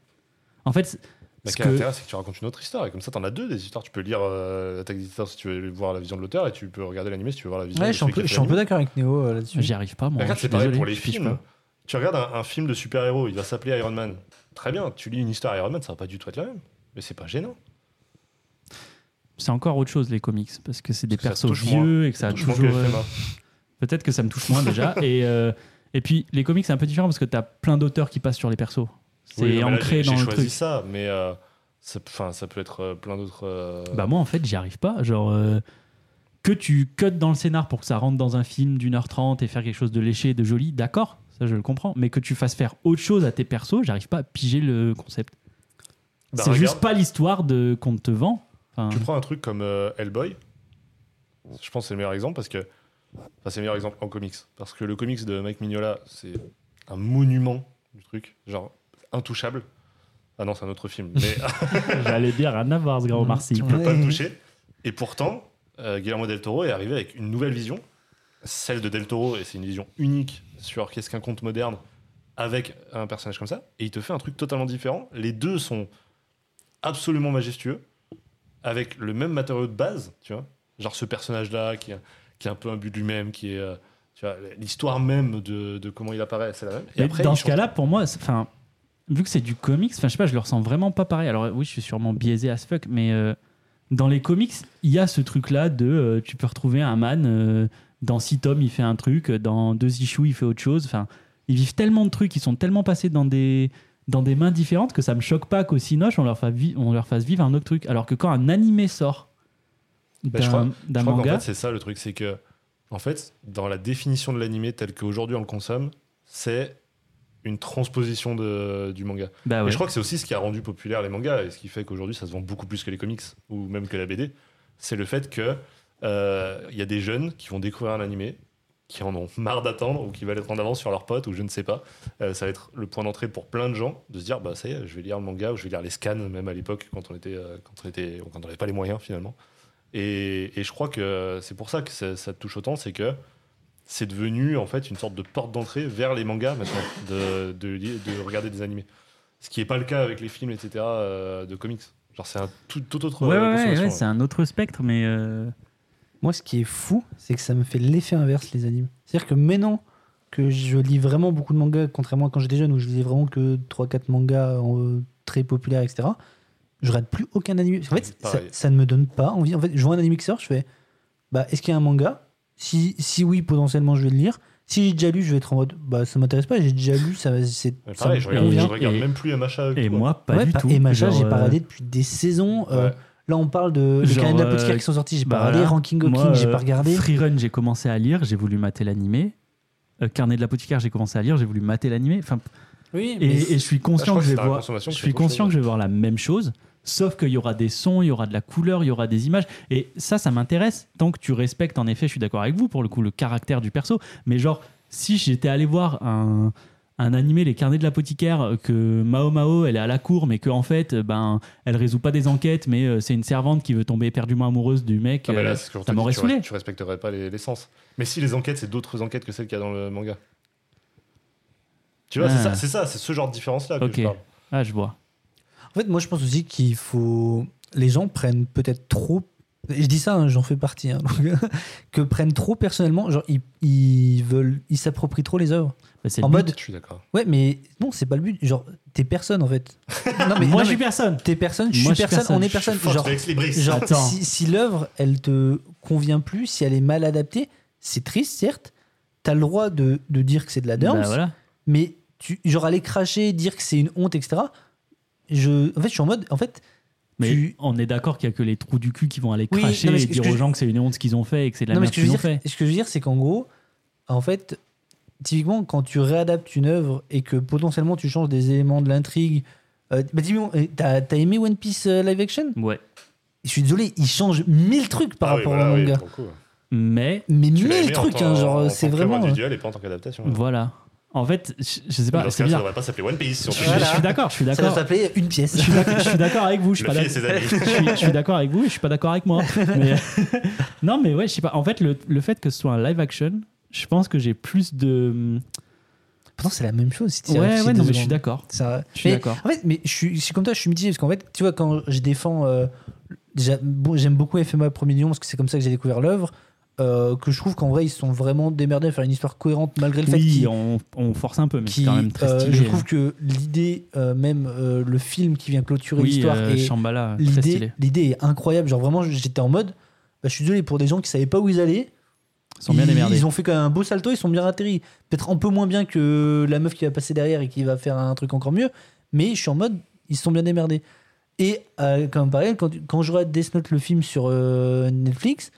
S1: En fait, c'est-
S4: Bah,
S1: ce
S4: quel
S1: que-
S4: intérêt, c'est que tu racontes une autre histoire. Et comme ça, t'en as deux des histoires. Tu peux lire euh, L'attaque des titans si tu veux voir la vision de l'auteur et tu peux regarder l'animé si tu veux voir la vision
S5: ouais,
S4: de
S5: je suis un peu, je suis un peu d'accord avec Néo euh, là-dessus
S1: j'y arrive pas. Moi,
S4: Regarde,
S1: je suis
S4: c'est pareil
S1: désolé,
S4: pour les
S1: je pige
S4: films.
S1: pas.
S4: Tu regardes un, un film de super-héros, il va s'appeler Iron Man. Très bien, tu lis une histoire Iron Man, ça va pas du tout être la même. Mais c'est pas gênant.
S1: C'est encore autre chose les comics parce que c'est des
S4: Parce que ça
S1: persos
S4: touche moins.
S1: vieux et que ça a
S4: Je pense
S1: toujours.
S4: que
S1: euh,
S4: FMA.
S1: Peut-être que ça me touche moins déjà. et, euh, et puis les comics, c'est un peu différent parce que t'as plein d'auteurs qui passent sur les persos. C'est
S4: Oui, non, mais là,
S1: ancré
S4: j'ai-
S1: dans le
S4: J'ai choisi
S1: truc.
S4: ça, mais euh, ça, 'fin, ça peut être euh, plein d'autres. euh,
S1: Bah moi, en fait, j'y arrive pas. Genre, euh, que tu cuts dans le scénar pour que ça rentre dans un film d'une heure trente et faire quelque chose de léché, de joli, d'accord, ça je le comprends. Mais que tu fasses faire autre chose à tes persos, j'arrive pas à piger le concept.
S4: bah,
S1: c'est
S4: regarde,
S1: juste pas l'histoire de qu'on te vend. Enfin,
S4: Tu prends un truc comme euh, Hellboy, je pense que c'est le meilleur exemple parce que. Enfin, c'est le meilleur exemple en comics. Parce que le comics de Mike Mignola, c'est un monument du truc, genre intouchable. Ah non, c'est un autre film. Mais
S1: J'allais dire un avare, ce grand Marcy.
S5: Tu
S4: ne peut pas
S5: Ouais.
S4: le toucher. Et pourtant, euh, Guillermo del Toro est arrivé avec une nouvelle vision, celle de del Toro, et c'est une vision unique sur qu'est-ce qu'un conte moderne avec un personnage comme ça, et il te fait un truc totalement différent. Les deux sont absolument majestueux, avec le même matériau de base, tu vois. Genre ce personnage-là qui, a- qui est un peu un but de lui-même, qui est... euh, tu vois, l'histoire même de, de comment il apparaît, c'est la même. Et
S1: Mais
S4: après,
S1: dans
S4: il
S1: ce
S4: change-
S1: cas-là, pour moi, c'est- enfin, vu que c'est du comics, enfin, je sais pas, je le ressens vraiment pas pareil. Alors oui, je suis sûrement biaisé as fuck, mais euh, dans les comics, il y a ce truc-là de, euh, tu peux retrouver un man euh, Dans six tomes, il fait un truc. Dans deux issues, il fait autre chose. Enfin, ils vivent tellement de trucs, ils sont tellement passés dans des dans des mains différentes que ça me choque pas qu'au Cinoche on leur fasse vi- on leur fasse vivre un autre truc. Alors que quand un animé sort d'un
S4: Bah, je crois-
S1: d'un
S4: Je crois qu'en
S1: manga,
S4: fait, c'est ça le truc, c'est que, en fait, dans la définition de l'animé tel qu'aujourd'hui on le consomme, c'est une transposition de, du manga.
S1: bah
S4: Et
S1: ouais.
S4: je crois que c'est aussi ce qui a rendu populaire les mangas et ce qui fait qu'aujourd'hui ça se vend beaucoup plus que les comics ou même que la BD. C'est le fait que euh, il y a des jeunes qui vont découvrir un animé, qui en ont marre d'attendre ou qui veulent être en avance sur leurs potes ou je ne sais pas. Euh, ça va être le point d'entrée pour plein de gens de se dire bah ça y est, je vais lire le manga ou je vais lire les scans même à l'époque quand on était euh, quand on était quand on n'avait pas les moyens finalement. Et, et je crois que c'est pour ça que ça, ça te touche autant, c'est que c'est devenu en fait une sorte de porte d'entrée vers les mangas maintenant, de, de, de regarder des animés. Ce qui n'est pas le cas avec les films, etc., euh, de comics. Genre, c'est un tout, tout autre.
S1: Ouais,
S4: euh,
S1: ouais, ouais,
S4: consommation,
S1: ouais,
S4: ouais.
S1: c'est un autre spectre, mais euh,
S5: Moi, ce qui est fou, c'est que ça me fait l'effet inverse, les animes. C'est-à-dire que maintenant que je lis vraiment beaucoup de mangas, contrairement à quand j'étais jeune, où je lisais vraiment que 3-4 mangas euh, très populaires, etc., je rate plus aucun anime. En fait, ça,
S4: Pareil.
S5: ça ne me donne pas envie. En fait, je vois un anime qui sort, je fais bah, est-ce qu'il y a un manga si, si oui, potentiellement, je vais le lire. Si j'ai déjà lu, je vais être en mode bah, ça m'intéresse pas, j'ai déjà lu, ça, va- c'est,
S4: Ouais,
S5: ça
S4: pareil,
S5: me
S4: je regarde,
S1: convient.
S4: je regarde
S1: Et-
S4: même plus MHA.
S1: et
S4: quoi.
S1: moi pas
S5: Ouais,
S1: du
S5: pa-
S1: tout.
S5: Et Maja, j'ai
S1: Genre, euh,
S5: paradé depuis des saisons.
S4: Ouais.
S5: euh, Là, on parle de les
S1: Genre,
S5: Canadiens de la
S1: euh,
S5: Poticaire qui sont sortis, j'ai
S1: bah
S5: pas regardé.
S1: voilà.
S5: Ranking of
S1: Moi,
S5: Kings, j'ai
S1: euh,
S5: pas regardé.
S1: Free Run, j'ai commencé à lire, j'ai voulu mater l'animé. Euh, Carnet de l'apothicaire, j'ai commencé à lire, j'ai voulu mater l'animé. Enfin,
S5: Oui,
S1: et, et je suis
S4: Ah, je crois
S1: conscient que je
S4: c'est
S1: vais
S4: dans la
S1: voir.
S4: consommation
S1: Je
S4: que
S1: suis
S4: c'est autre
S1: conscient que
S4: chose.
S1: je vais voir la même chose, sauf qu'il y aura des sons, il y aura de la couleur, il y aura des images. Et ça, ça m'intéresse. Tant que tu respectes, en effet, je suis d'accord avec vous, pour le coup, le caractère du perso. Mais genre, si j'étais allé voir un, un animé, Les Carnets de l'apothicaire, euh, que Mao Mao, elle est à la cour, mais qu'en en fait, euh, ben, elle résout pas des enquêtes, mais euh, c'est une servante qui veut tomber éperdument amoureuse du mec.
S4: Ah, bah là,
S1: euh,
S4: c'est ce que je te
S1: ça
S4: dis,
S1: m'aurait
S4: tu,
S1: saoulé.
S4: re- tu respecterais pas les, les sens. Mais si les enquêtes, c'est d'autres enquêtes que celles qu'il y a dans le manga. Tu vois,
S1: Ah.
S4: c'est ça- c'est ça, c'est ce genre de différence-là que
S1: Ok.
S4: je parle.
S1: Ah, je vois.
S5: En fait, moi, je pense aussi qu'il faut. Les gens prennent peut-être trop. et Je dis ça, hein, j'en fais partie. hein, donc, que prennent trop personnellement. Genre, ils, ils veulent. Ils s'approprient trop les œuvres.
S1: Bah, c'est
S5: En
S1: le but.
S5: mode.
S4: Je suis d'accord.
S5: Ouais, mais non, c'est pas le but. Genre, t'es personne, en fait. Non, mais. Bah,
S1: moi,
S5: non,
S1: je suis
S5: mais
S1: personne.
S5: T'es personne, je
S1: Moi,
S5: suis personne, on est
S1: je suis
S5: personne.
S4: Force
S5: Genre,
S4: Lex Libris.
S5: genre
S1: Attends.
S5: si, si l'œuvre, elle te convient plus, si elle est mal adaptée, c'est triste, certes. T'as le droit de, de dire que c'est de la
S1: Bah,
S5: danse.
S1: voilà.
S5: mais tu, genre aller cracher, dire que c'est une honte, etc. Je, en fait, je suis en mode, en fait,
S1: Mais
S5: tu-
S1: on est d'accord qu'il y a que les trous du cul qui vont aller
S5: Oui,
S1: cracher
S5: non, mais
S1: et
S5: ce que-
S1: dire
S5: ce que
S1: aux
S5: je-
S1: gens que c'est une honte ce qu'ils ont fait et que c'est de la
S5: non, mais
S1: merde
S5: ce que
S1: qu'ils
S5: je
S1: ont
S5: veux
S1: fait.
S5: dire, ce que je veux dire, c'est qu'en gros, en fait, typiquement, quand tu réadaptes une œuvre et que potentiellement tu changes des éléments de l'intrigue, euh, bah, dis-moi, euh, t'as t'as aimé One Piece euh, live action
S1: Ouais.
S5: Je suis désolé, ils changent mille trucs par
S4: Ah oui,
S5: rapport
S4: voilà,
S5: au
S4: oui,
S5: manga,
S4: pour le coup.
S1: Mais
S5: mais
S4: Tu l'as
S5: mille
S4: aimé en
S5: trucs,
S4: tant-
S5: hein,
S4: en
S5: genre,
S4: tant
S5: c'est
S4: que œuvre
S5: vraiment. hein. Bah,
S4: individuelle et pas en tant qu'adaptation.
S1: voilà. En fait, je, je sais
S4: Dans
S1: pas, c'est
S4: ce cas-là, ça
S1: bizarre.
S4: devrait pas s'appeler One Piece. surtout.
S1: Je,
S5: Voilà.
S1: je suis d'accord, je suis
S5: Ça va
S1: d'accord.
S5: s'appeler une pièce.
S1: Je suis d'accord- je suis d'accord avec vous, je suis
S4: Le
S1: pas
S4: fille
S1: d'accord.
S4: et ses amis.
S1: je suis, je suis d'accord avec vous et je suis pas d'accord avec moi. Mais- non, mais ouais, je sais pas. En fait, le, le fait que ce soit un live action, je pense que j'ai plus de.
S5: Pourtant, c'est la même chose. Si t'y
S1: Ouais,
S5: réfléchis
S1: ouais,
S5: deux
S1: non, mais je suis
S5: secondes.
S1: d'accord.
S5: Ça-
S1: Je suis
S5: mais-
S1: d'accord.
S5: En fait, mais je suis, je suis comme toi, je suis mitigé parce qu'en fait, tu vois, quand je défends, euh, j'a- bon, j'aime beaucoup FMA Premier Lyon parce que c'est comme ça que j'ai découvert l'œuvre, euh, que je trouve qu'en vrai, ils se sont vraiment démerdés à faire une histoire cohérente malgré le fait
S1: Oui,
S5: qu'ils-
S1: on, on force un peu, mais c'est
S5: qu'ils,
S1: quand même très
S5: euh,
S1: stylé. hein.
S5: je trouve que l'idée, euh, même euh, le film qui vient clôturer
S1: oui,
S5: l'histoire,
S1: euh,
S5: est-
S1: Shambhala, très
S5: l'idée,
S1: stylé.
S5: l'idée est incroyable. Genre vraiment, j'étais en mode, bah, je suis désolé pour des gens qui savaient pas où ils allaient.
S1: Ils sont bien
S5: ils,
S1: démerdés.
S5: ils ont fait quand même un beau salto, ils sont bien atterris. Peut-être un peu moins bien que la meuf qui va passer derrière et qui va faire un truc encore mieux, mais je suis en mode, ils se sont bien démerdés. Et euh, comme pareil, quand, quand je regarde Death Note, le film sur euh, Netflix,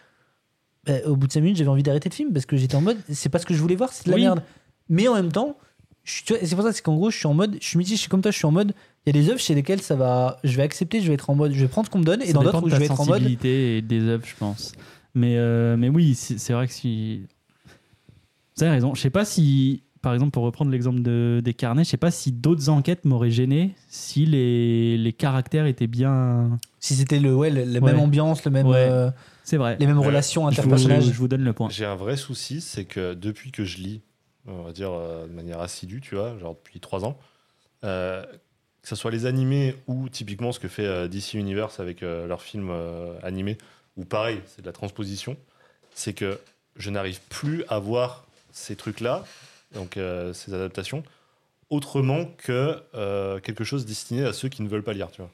S5: bah, au bout de 5 minutes, j'avais envie d'arrêter le film parce que j'étais en mode, c'est pas ce que je voulais voir, c'est de la
S1: Oui.
S5: merde. Mais en même temps, je suis- tu vois, c'est pour ça c'est qu'en gros, je suis en mode, je suis mitigé, je suis comme toi, je suis en mode, il y a des œuvres chez lesquelles ça va, je vais accepter, je vais être en mode, je vais prendre ce qu'on me donne, et
S1: Ça
S5: dans
S1: dépend
S5: d'autres où
S1: de
S5: je
S1: ta
S5: vais être en mode,
S1: sensibilité et des œuvres, je pense. Mais, euh, mais oui, c'est c'est vrai que si. Vous avez raison. Je sais pas si, par exemple, pour reprendre l'exemple de, des carnets, je sais pas si d'autres enquêtes m'auraient gêné si les, les caractères étaient bien.
S5: si c'était le, ouais, le- la
S1: Ouais.
S5: même ambiance, le même,
S1: Ouais.
S5: euh,
S1: C'est vrai.
S5: les mêmes
S4: Ouais.
S5: relations
S1: Je vous,
S5: interpersonnelles.
S1: je vous donne le point.
S4: J'ai un vrai souci, c'est que depuis que je lis, on va dire euh, de manière assidue, tu vois, genre depuis trois ans, euh, que ce soit les animés ou typiquement ce que fait euh, DC Universe avec euh, leurs films euh, animés, ou pareil, c'est de la transposition, c'est que je n'arrive plus à voir ces trucs-là, donc euh, ces adaptations, autrement que euh, quelque chose destiné à ceux qui ne veulent pas lire, tu vois.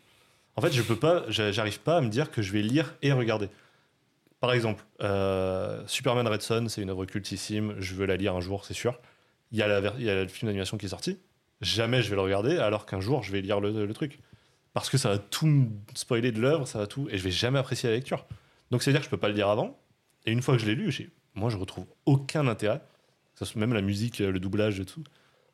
S4: En fait, je peux pas, j'a- j'arrive pas à me dire que je vais lire et regarder. Par exemple, euh, Superman Red Son, c'est une œuvre cultissime. Je veux la lire un jour, c'est sûr. Il y, a la ver- il y a le film d'animation qui est sorti. Jamais je vais le regarder, alors qu'un jour, je vais lire le, le truc. Parce que ça va tout me spoiler de l'œuvre, ça va tout. Et je vais jamais apprécier la lecture. Donc, c'est-à-dire que je peux pas le lire avant. Et une fois que je l'ai lu, j'ai- moi, je retrouve aucun intérêt. Que ce soit Même la musique, le doublage et tout.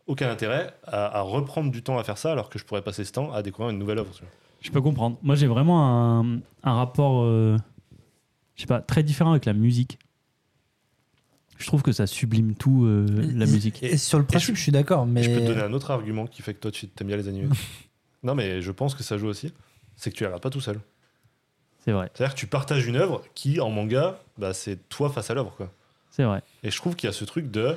S4: Aucun intérêt à, à reprendre du temps à faire ça, alors que je pourrais passer ce temps à découvrir une nouvelle œuvre. tu vois.
S1: Je peux comprendre. Moi, j'ai vraiment un, un rapport, euh, je sais pas, très différent avec la musique. Je trouve que ça sublime tout, euh, la
S5: Et-
S1: musique.
S5: Et sur le principe, je, suis d'accord, mais.
S4: Je peux te donner un autre argument qui fait que toi, tu aimes bien les animés. non, mais je pense que ça joue aussi. C'est que tu la regardes pas tout seul.
S1: C'est vrai,
S4: C'est-à-dire que tu partages une œuvre qui, en manga, bah, c'est toi face à l'œuvre. quoi.
S1: c'est vrai.
S4: Et je trouve qu'il y a ce truc de.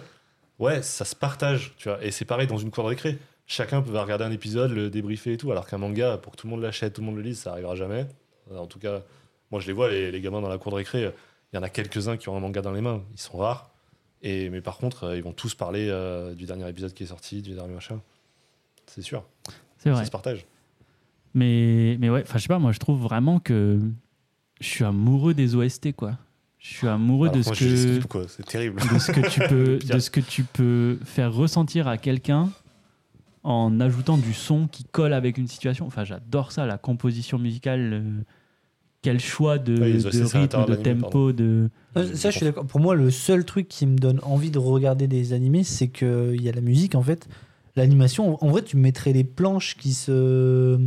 S4: Ouais, ça se partage. tu vois. Et c'est pareil dans une cour de récré. Chacun peut regarder un épisode, le débriefer et tout. Alors qu'un manga, pour que tout le monde l'achète, tout le monde le lise, ça arrivera jamais. Alors, En tout cas, moi, je les vois, les, les gamins dans la cour de récré. euh, Il y en a quelques-uns qui ont un manga dans les mains. Ils sont rares. Et, mais par contre, euh, ils vont tous parler euh, du dernier épisode qui est sorti, du dernier machin. C'est sûr.
S1: C'est vrai.
S4: Ça se partage.
S1: Mais, mais ouais, enfin, je sais pas, moi, je trouve vraiment que je suis amoureux des OST, quoi. Je suis amoureux
S4: Alors
S1: de
S4: que
S1: ce
S4: moi,
S1: que.
S4: je les skip, quoi. C'est terrible.
S1: de ce que tu peux
S4: Pire.
S1: de ce que tu peux faire ressentir à quelqu'un en ajoutant du son qui colle avec une situation. Enfin, j'adore ça, la composition musicale. euh, quel choix de,
S4: Oui, les
S1: de
S4: OST, c'est
S1: rythme,
S4: à l'intérieur
S1: de
S4: de l'anime,
S1: tempo, de.
S5: Euh, Ça, je suis d'accord. Pour moi, le seul truc qui me donne envie de regarder des animés, c'est qu'il y a la musique, en fait. L'animation, en vrai, tu mettrais les planches qui se.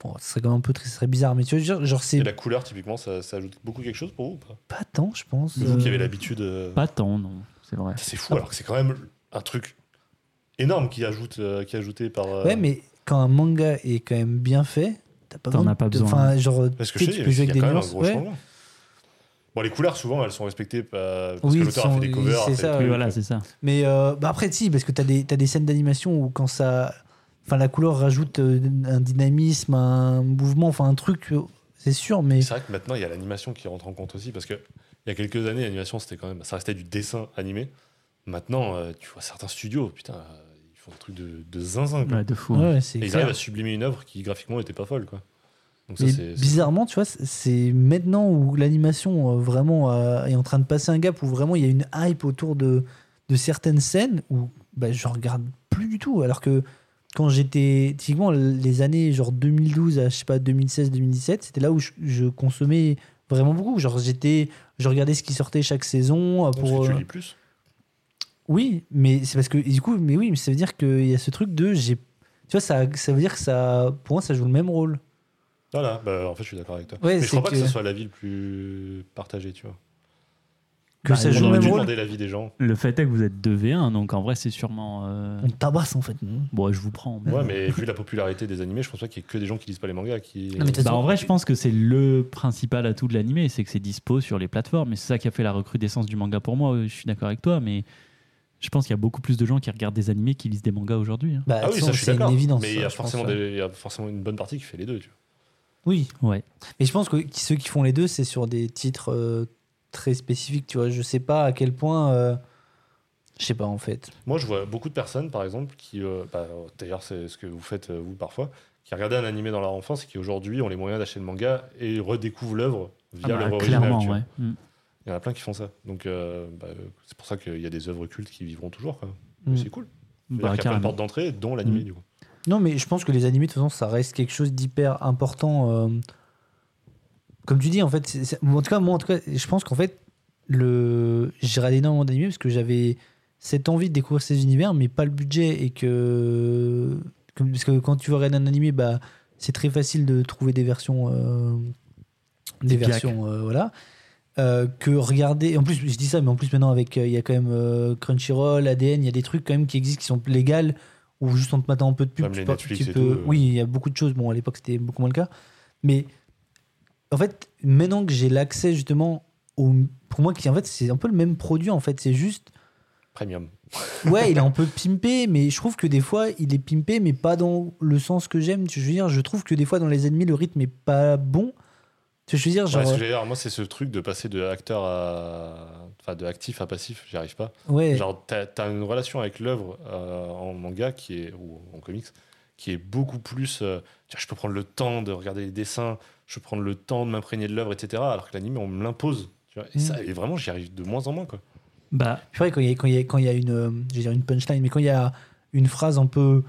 S5: Bon, ce serait quand même un peu très, ce serait bizarre, mais tu vois, genre, genre, c'est
S4: Et la couleur, typiquement, ça, ça ajoute beaucoup quelque chose pour vous ou pas
S5: pas tant, je pense.
S4: Vous qui
S5: Euh,
S4: avez l'habitude. euh,
S1: Pas tant, non, c'est vrai.
S4: C'est
S5: Ah
S4: fou, alors que c'est quand même un truc énorme qui, ajoute, euh, qui est ajouté par. euh,
S5: Ouais, mais quand un manga est quand même bien fait, t'as pas,
S1: T'en
S5: besoin
S1: as pas
S5: de-
S1: besoin.
S5: Enfin, genre,
S4: Parce que
S5: tu
S4: je sais,
S5: sais, tu
S4: il
S5: peux jouer
S4: y a
S5: avec des
S4: quand même un
S5: nuances.
S4: gros
S5: ouais.
S4: changement. Bon, les couleurs, souvent, elles sont respectées euh, parce
S5: Oui,
S4: que
S5: elles
S4: l'auteur a
S5: sont-
S4: fait des covers.
S5: c'est
S4: a fait
S5: ça,
S4: des
S5: ouais.
S1: Oui,
S4: trucs,
S1: voilà,
S4: euh,
S1: c'est ça.
S5: Mais euh, bah après, si, parce que t'as des, t'as des scènes d'animation où quand ça. Enfin, la couleur rajoute euh, un dynamisme, un mouvement, enfin, un truc, euh, c'est sûr, mais.
S4: C'est vrai que maintenant, il y a l'animation qui rentre en compte aussi parce que il y a quelques années, l'animation, c'était quand même. Ça restait du dessin animé. Maintenant, euh, tu vois certains studios, putain, euh, ils font des trucs de, de zinzin. quoi.
S1: Ouais, de fou.
S5: Ouais, c'est
S4: Et ils
S5: clair.
S4: arrivent à sublimer une œuvre qui, graphiquement, était pas folle, quoi. Donc, ça,
S5: Mais
S4: c'est. c'est-
S5: bizarrement, tu vois, c'est- c'est maintenant où l'animation euh, vraiment euh, est en train de passer un gap où vraiment il y a une hype autour de, de certaines scènes où bah, je regarde plus du tout. Alors que quand j'étais, typiquement, les années genre 2012 à je sais pas 2016-2017, c'était là où je, je consommais vraiment beaucoup. Genre j'étais, je regardais ce qui sortait chaque saison euh,
S4: Parce que
S5: pour.
S4: tu
S5: euh,
S4: lis plus.
S5: oui, mais c'est parce que et du coup, mais oui, mais ça veut dire qu'il y a ce truc de j'ai. Tu vois, ça, ça veut dire que ça, pour moi, ça joue le même rôle.
S4: Voilà, bah, en fait, je suis d'accord avec toi.
S5: Ouais,
S4: mais
S5: c'est
S4: je crois pas que...
S5: que-
S4: ce soit la ville plus partagée, tu vois.
S5: Que
S1: Bah,
S5: ça
S1: ils
S5: joue
S4: On
S5: le
S4: aurait
S5: même
S4: dû
S5: rôle.
S4: demander l'avis des gens.
S1: Le fait est que vous êtes 2v1, donc en vrai, c'est sûrement. euh,
S5: On tabasse en fait. non
S1: Bon, je vous prends. mais-
S4: Ouais, mais vu la popularité des animés, je pense pas qu'il y ait que des gens qui lisent pas les mangas. Qui...
S5: Non, mais t'as-
S1: Bah, en vrai, je pense que c'est le principal atout de l'animé, c'est que c'est dispo sur les plateformes. Et c'est ça qui a fait la recrudescence du manga pour moi. Je suis d'accord avec toi, mais je pense qu'il y a beaucoup plus de gens qui regardent des animés qui lisent des mangas aujourd'hui. hein.
S5: Bah,
S4: Ah oui,
S5: ça,
S4: ça, je suis
S5: c'est une
S4: d'accord.
S5: évidence.
S4: Mais il y,
S5: ça,
S4: a
S5: je pense,
S4: forcément
S5: ouais.
S4: des- il y a forcément une bonne partie qui fait les deux. Tu vois.
S5: Oui,
S1: Ouais.
S5: mais je pense que qui- ceux qui font les deux, c'est sur des titres euh, très spécifiques. Tu vois, je sais pas à quel point. euh, Je sais pas en fait.
S4: Moi, je vois beaucoup de personnes, par exemple, qui. euh, bah, D'ailleurs, c'est ce que vous faites, euh, vous, parfois, qui regardaient un animé dans leur enfance et qui aujourd'hui ont les moyens d'acheter le manga et redécouvrent l'œuvre via
S1: Ah bah,
S4: l'œuvre originale.
S1: clairement,
S4: tu vois.
S1: ouais. Mm.
S4: Il y en a plein qui font ça. Donc, euh, bah, euh, c'est pour ça qu'il y a des œuvres cultes qui vivront toujours. quoi.
S5: Mm.
S4: Mais C'est cool. Il y
S1: Bah,
S4: a plein de
S1: carrément.
S4: portes d'entrée, dont l'animé,
S1: Mm.
S4: du coup.
S5: Non, mais je pense que les animés, de toute façon, ça reste quelque chose d'hyper important. euh, Comme tu dis, en fait, c'est- c'est- en tout cas, moi, en tout cas, je pense qu'en fait, le... j'ai regardé énormément d'animés parce que j'avais cette envie de découvrir ces univers, mais pas le budget. Et que. comme- Parce que quand tu veux regarder un animé, bah, c'est très facile de trouver des versions. euh, Des
S1: Typiaque.
S5: versions, euh, voilà. Euh, que regarder. En plus, je dis ça, mais en plus, maintenant, avec. euh, Il y a quand même euh, Crunchyroll, ADN, il y a des trucs quand même qui existent, qui sont légales, ou juste en te mettant un peu de pub,
S4: Même
S5: tu
S4: les
S5: peux-
S4: Netflix
S5: tu
S4: et
S5: peux-
S4: tout, euh.
S5: Oui, il y a beaucoup de choses. Bon, à l'époque, c'était beaucoup moins le cas. Mais en fait, maintenant que j'ai l'accès justement au. Pour moi, qui en fait, c'est un peu le même produit. En fait, c'est juste.
S4: Premium.
S5: Ouais, il est un peu pimpé, mais je trouve que des fois, il est pimpé, mais pas dans le sens que j'aime. Je veux dire, je trouve que des fois, dans les ennemis, le rythme est pas bon. Tu vois, Je veux dire,
S4: Ouais,
S5: genre.
S4: ce que j'allais dire, moi, c'est ce truc de passer de acteur à. Enfin, de actif à passif, j'y arrive pas.
S5: ouais.
S4: Genre, t'as as une relation avec l'œuvre euh, en manga qui est, ou en comics qui est beaucoup plus. euh, tiens, je peux prendre le temps de regarder les dessins, je prends le temps de m'imprégner de l'œuvre, etc. Alors que l'anime, on me l'impose. tu vois. Et,
S5: Mm.
S4: ça, et vraiment, j'y arrive de moins en moins. Quoi.
S1: Bah,
S5: C'est vrai, quand il y a, quand il y a- quand il y a une, euh, je vais dire une punchline, mais quand il y a une phrase un peu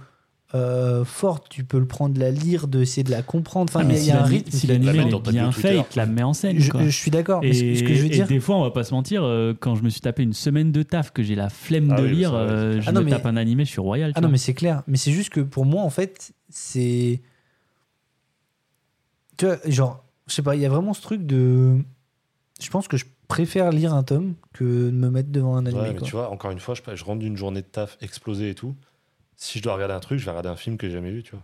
S5: euh, forte, tu peux le prendre, la lire, de essayer de la comprendre. Enfin,
S1: ah,
S5: il y
S1: mais
S5: a- il y,
S1: si
S5: a un
S1: l'ani-
S5: rythme.
S1: si
S5: qui-
S4: la
S1: l'anime
S4: mets
S1: elle
S4: dans
S1: est
S4: ta
S1: bien
S4: Twitter.
S1: fait, il te la met en scène.
S5: je,
S1: quoi.
S5: je suis d'accord. mais
S1: Et,
S5: Ce ce que je veux
S1: et
S5: dire.
S1: des fois, on va pas se mentir, euh, quand je me suis tapé une semaine de taf que j'ai la flemme
S4: Ah
S1: de
S4: oui,
S1: lire,
S4: ça, ouais.
S1: euh, je
S5: Ah non,
S1: me
S5: mais-
S1: tape un animé, je suis royal. tu
S5: Ah non,
S1: vois.
S5: mais c'est clair. Mais c'est juste que pour moi, en fait, c'est. Tu vois, genre, je sais pas, il y a vraiment ce truc de. Je pense que je préfère lire un tome que de me mettre devant un anime.
S4: Ouais, mais tu vois, encore une fois, je, je rentre d'une journée de taf explosée et tout. Si je dois regarder un truc, je vais regarder un film que j'ai jamais vu, tu vois.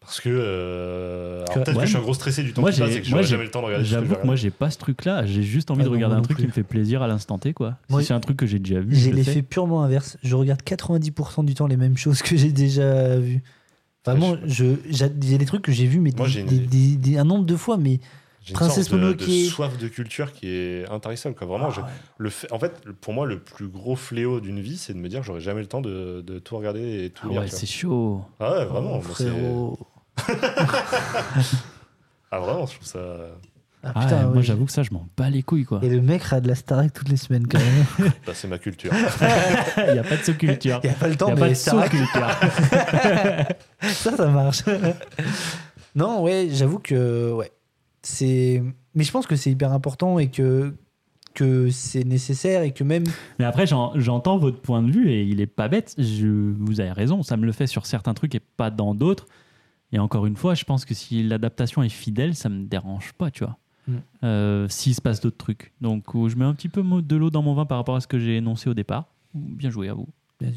S4: Parce que. euh, alors
S5: Que-
S4: peut-être
S1: ouais,
S4: que je suis un gros stressé du temps
S1: moi,
S4: qui passe
S1: j'ai-
S4: et que
S1: moi,
S4: j'aurai
S1: j'ai-
S4: jamais le temps de regarder ce que je
S1: J'avoue
S4: vais
S1: que moi j'ai pas ce truc là, j'ai juste envie
S5: Ah
S1: de
S5: non,
S1: regarder un
S5: moi non
S1: truc
S5: plus.
S1: qui me fait plaisir à l'instant T quoi.
S5: Moi,
S1: si c'est un truc que j'ai déjà vu,
S5: J'ai
S1: je le sais.
S5: l'effet purement inverse. Je regarde 90% du temps les mêmes choses que j'ai déjà vues. Vraiment,
S4: Ouais,
S5: je, j'a- il y a des trucs que j'ai vus, mais
S4: Moi,
S5: des-
S4: j'ai une-
S5: des- des- des- un nombre de fois, mais
S4: J'ai une
S5: Princesse
S4: sorte de, de
S5: Mononoke.
S4: soif de culture qui est intarissable. Quoi.
S1: Ah
S4: Vraiment, je- le fait, en fait, le- pour moi, le plus gros fléau d'une vie, c'est de me dire j'aurai jamais le temps de, de tout regarder et tout
S1: Ah
S4: lire.
S1: ouais,
S4: tu vois.
S1: c'est chaud.
S4: Ah ouais, vraiment.
S5: Oh,
S4: moi, c'est-
S5: frérot.
S4: Ah vraiment, je trouve ça.
S5: Ah,
S1: Ah,
S5: putain,
S1: ouais, moi
S5: ouais.
S1: j'avoue que ça je m'en bats les couilles quoi.
S5: Et le mec a de la Starac toutes les semaines quand même.
S4: Bah, c'est ma culture.
S1: Il y a pas de sous-culture.
S5: Il n'y a pas le
S1: Il y
S5: temps,
S1: a pas
S5: mais
S1: de
S5: Starac,
S1: sous-culture.
S5: ça, ça marche. non, ouais, j'avoue que ouais, c'est. Mais je pense que c'est hyper important et que que c'est nécessaire et que même
S1: Mais après, j'en- j'entends votre point de vue et il est pas bête. Je, vous avez raison, ça me le fait sur certains trucs et pas dans d'autres. Et encore une fois, je pense que si l'adaptation est fidèle, ça me dérange pas, tu vois.
S5: Mm.
S1: Euh, S'il se passe d'autres trucs. Donc, où je mets un petit peu mo- de l'eau dans mon vin par rapport à ce que j'ai énoncé au départ. Bien joué à vous.
S5: Bien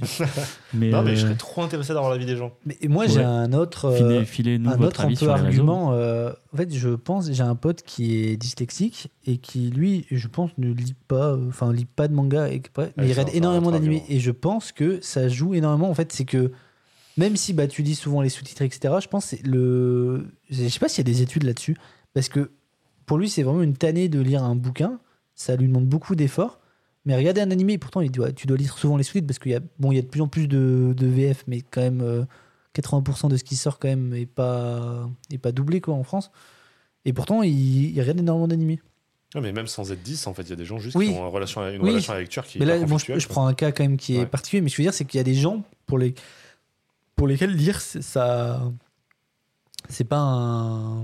S1: mais,
S4: non, mais je
S1: euh,
S4: serais trop intéressé d'avoir la vie des gens.
S5: mais moi j'ai
S1: Ouais.
S5: un autre euh,
S1: filez- filez-nous
S5: un
S1: votre
S5: autre un
S1: avis
S5: peu
S1: sur les réseaux.
S5: argument. euh, en fait, je pense j'ai un pote qui est dyslexique et qui lui, je pense, ne lit pas, euh, enfin lit pas de manga et que- mais
S4: Ouais,
S5: il
S4: c'est
S5: regarde
S4: un-
S5: énormément
S4: un autre
S5: d'animés
S4: argument.
S5: et je pense que ça joue énormément. En fait, c'est que même si bah tu lis souvent les sous-titres etc. Je pense que c'est le, je sais pas s'il y a des études là-dessus parce que pour lui c'est vraiment une tannée de lire un bouquin. Ça lui demande beaucoup d'efforts. Mais regarder un animé, pourtant, il doit, tu dois lire souvent les sous-titres parce qu'il y a, bon, il y a de plus en plus de, de VF, mais quand même, euh, 80% de ce qui sort quand même est pas, est pas doublé quoi en France. Et pourtant, il, il regarde énormément d'animés.
S4: Non, mais même sans être 10, en fait, il y a des gens juste
S5: Oui.
S4: qui ont une relation, une
S5: Oui.
S4: relation à la lecture qui
S5: Mais
S4: est
S5: là,
S4: pas
S5: bon, je,
S4: conflictuelle,
S5: je
S4: quoi.
S5: prends un cas quand même qui est
S4: Ouais.
S5: particulier, mais ce que je veux dire, c'est qu'il y a des gens pour, les, pour lesquels lire, c'est- ça. C'est pas un,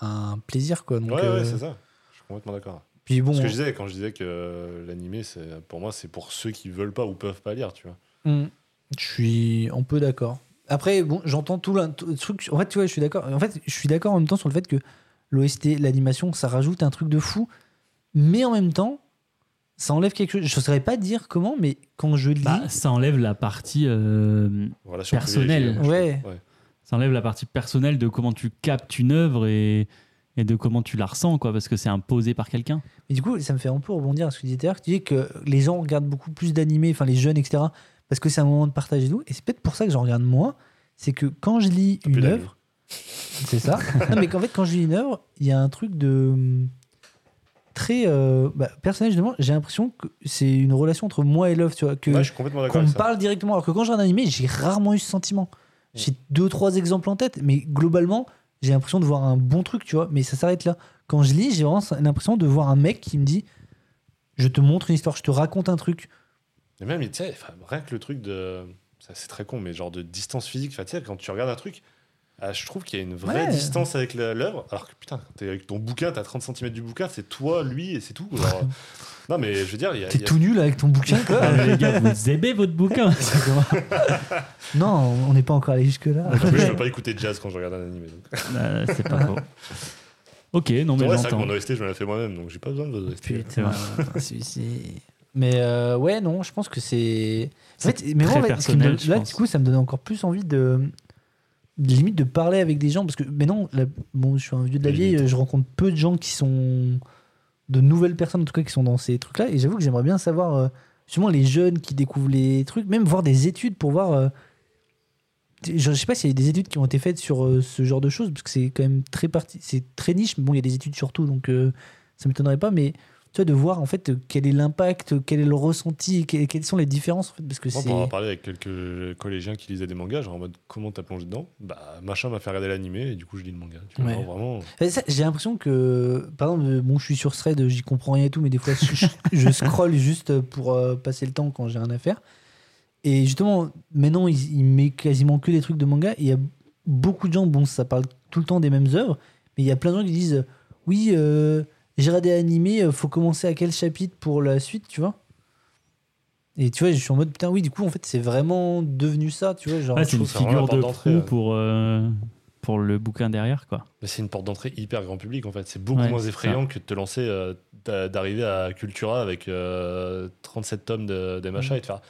S5: un plaisir quoi. Donc,
S4: Ouais,
S5: euh,
S4: ouais, c'est ça. Je suis complètement d'accord.
S5: puis bon.
S4: Ce que je disais, quand je disais que euh, l'animé, c'est- pour moi, c'est pour ceux qui veulent pas ou peuvent pas lire, tu vois.
S5: Hmm. Je suis un peu d'accord. Après, bon, j'entends tout le tout le truc. En fait, tu vois, je suis d'accord. En fait, je suis d'accord en même temps sur le fait que l'OST, l'animation, ça rajoute un truc de fou. Mais en même temps, ça enlève quelque chose. Je ne saurais pas dire comment, mais quand je lis.
S1: Bah, ça enlève la partie euh,
S4: Relation
S1: Personnel.
S4: privilégiée, moi, je
S5: Ouais.
S4: trouve. ouais.
S1: ça enlève la partie personnelle de comment tu captes une œuvre et, et de comment tu la ressens, quoi, parce que c'est imposé par quelqu'un.
S5: Mais du coup, ça me fait un peu rebondir à ce que tu disais tout à l'heure. Tu dis que les gens regardent beaucoup plus d'animés, enfin les jeunes, etc. Parce que c'est un moment de partage et tout. Et c'est peut-être pour ça que j'en regarde moins. C'est que quand je lis
S4: plus
S5: une
S4: d'animés.
S5: œuvre, c'est ça. non, mais qu'en fait, quand je lis une œuvre, il y a un truc de très euh, bah, personnel. Justement, j'ai l'impression que c'est une relation entre moi et l'œuvre, tu vois, que
S4: Ouais, je suis complètement d'accord
S5: qu'on me
S4: avec ça. Mm.
S5: parle directement. Alors que quand je regarde un animé, j'ai rarement eu ce sentiment. J'ai deux trois exemples en tête, mais globalement, j'ai l'impression de voir un bon truc, tu vois. Mais ça s'arrête là. Quand je lis, j'ai vraiment l'impression de voir un mec qui me dit, je te montre une histoire, je te raconte un truc.
S4: Et même, tu sais, enfin, rien que le truc de. ça, C'est très con, mais genre de distance physique. Enfin, tu sais, quand tu regardes un truc, ah, je trouve qu'il y a une vraie
S5: Ouais.
S4: distance avec la- l'œuvre. Alors que putain, quand t'es avec ton bouquin, t'as 30 cm du bouquin, c'est toi, lui, et c'est tout. genre. non, mais je veux dire, il y a.
S5: T'es
S4: il y a-
S5: tout nul avec ton bouquin, quoi.
S1: Ah, mais les gars, vous aimez votre bouquin
S5: non, on n'est pas encore allé jusque là.
S4: En plus, je peux Ah, pas écouter de jazz quand je regarde un animé. Donc.
S1: Euh, c'est pas faux. Ok, non mais
S4: Ouais, c'est vrai que
S1: j'entends.
S4: mon OST, je me la fais moi-même, donc j'ai pas besoin de vos OST.
S1: C'est vrai.
S5: celui-ci. Mais euh, ouais, non, je pense que c'est. En fait, mais
S1: très
S5: moi, en fait, ce qui me
S1: personnel,
S5: donne-
S1: je
S5: là,
S1: pense.
S5: du coup, ça me donne encore plus envie de. de limite de parler avec des gens. Parce que, mais non, la- bon, je suis un vieux de la
S4: Limite.
S5: vieille, je rencontre peu de gens qui sont. de nouvelles personnes, en tout cas, qui sont dans ces trucs-là. Et j'avoue que j'aimerais bien savoir, euh, justement, les jeunes qui découvrent les trucs, même voir des études pour voir. euh, je je sais pas s'il y a des études qui ont été faites sur euh, ce genre de choses, parce que c'est quand même très parti, c'est très niche. Mais bon, il y a des études sur tout, donc euh, ça m'étonnerait pas. Mais tu vois, de voir en fait quel est l'impact, quel est le ressenti, que- quelles sont les différences. En fait, parce que
S4: Moi,
S5: c'est.
S4: pour avoir parlé avec quelques collégiens qui lisaient des mangas, genre en mode comment t'as plongé dedans Bah, machin m'a fait regarder l'animé et du coup je lis le manga. Tu vois,
S5: Ouais.
S4: vraiment.
S5: Et ça, J'ai l'impression que, par exemple, euh, bon, je suis sur thread, j'y comprends rien et tout, mais des fois, je, je- je scroll juste pour euh, passer le temps quand j'ai rien à faire. Et justement, maintenant, il, il met quasiment que des trucs de manga. Et il y a beaucoup de gens, bon, ça parle tout le temps des mêmes œuvres, mais il y a plein de gens qui disent Oui, euh, j'ai regardé animé, euh, faut commencer à quel chapitre pour la suite, tu vois Et tu vois, je suis en mode Putain, oui, du coup, en fait, c'est vraiment devenu ça, tu vois. Genre,
S1: Ouais, Ah, c'est une
S4: trouve que c'est vraiment
S1: figure
S4: la
S1: de
S4: porte d'entrée,
S1: proue
S4: ouais.
S1: pour, euh, pour le bouquin derrière, quoi.
S4: Mais c'est une porte d'entrée hyper grand public en fait. C'est beaucoup
S1: Ouais,
S4: moins
S1: c'est
S4: effrayant que de te lancer, euh, d'a- d'arriver à Cultura avec euh, 37 tomes de, des
S5: Mm.
S4: machins et de faire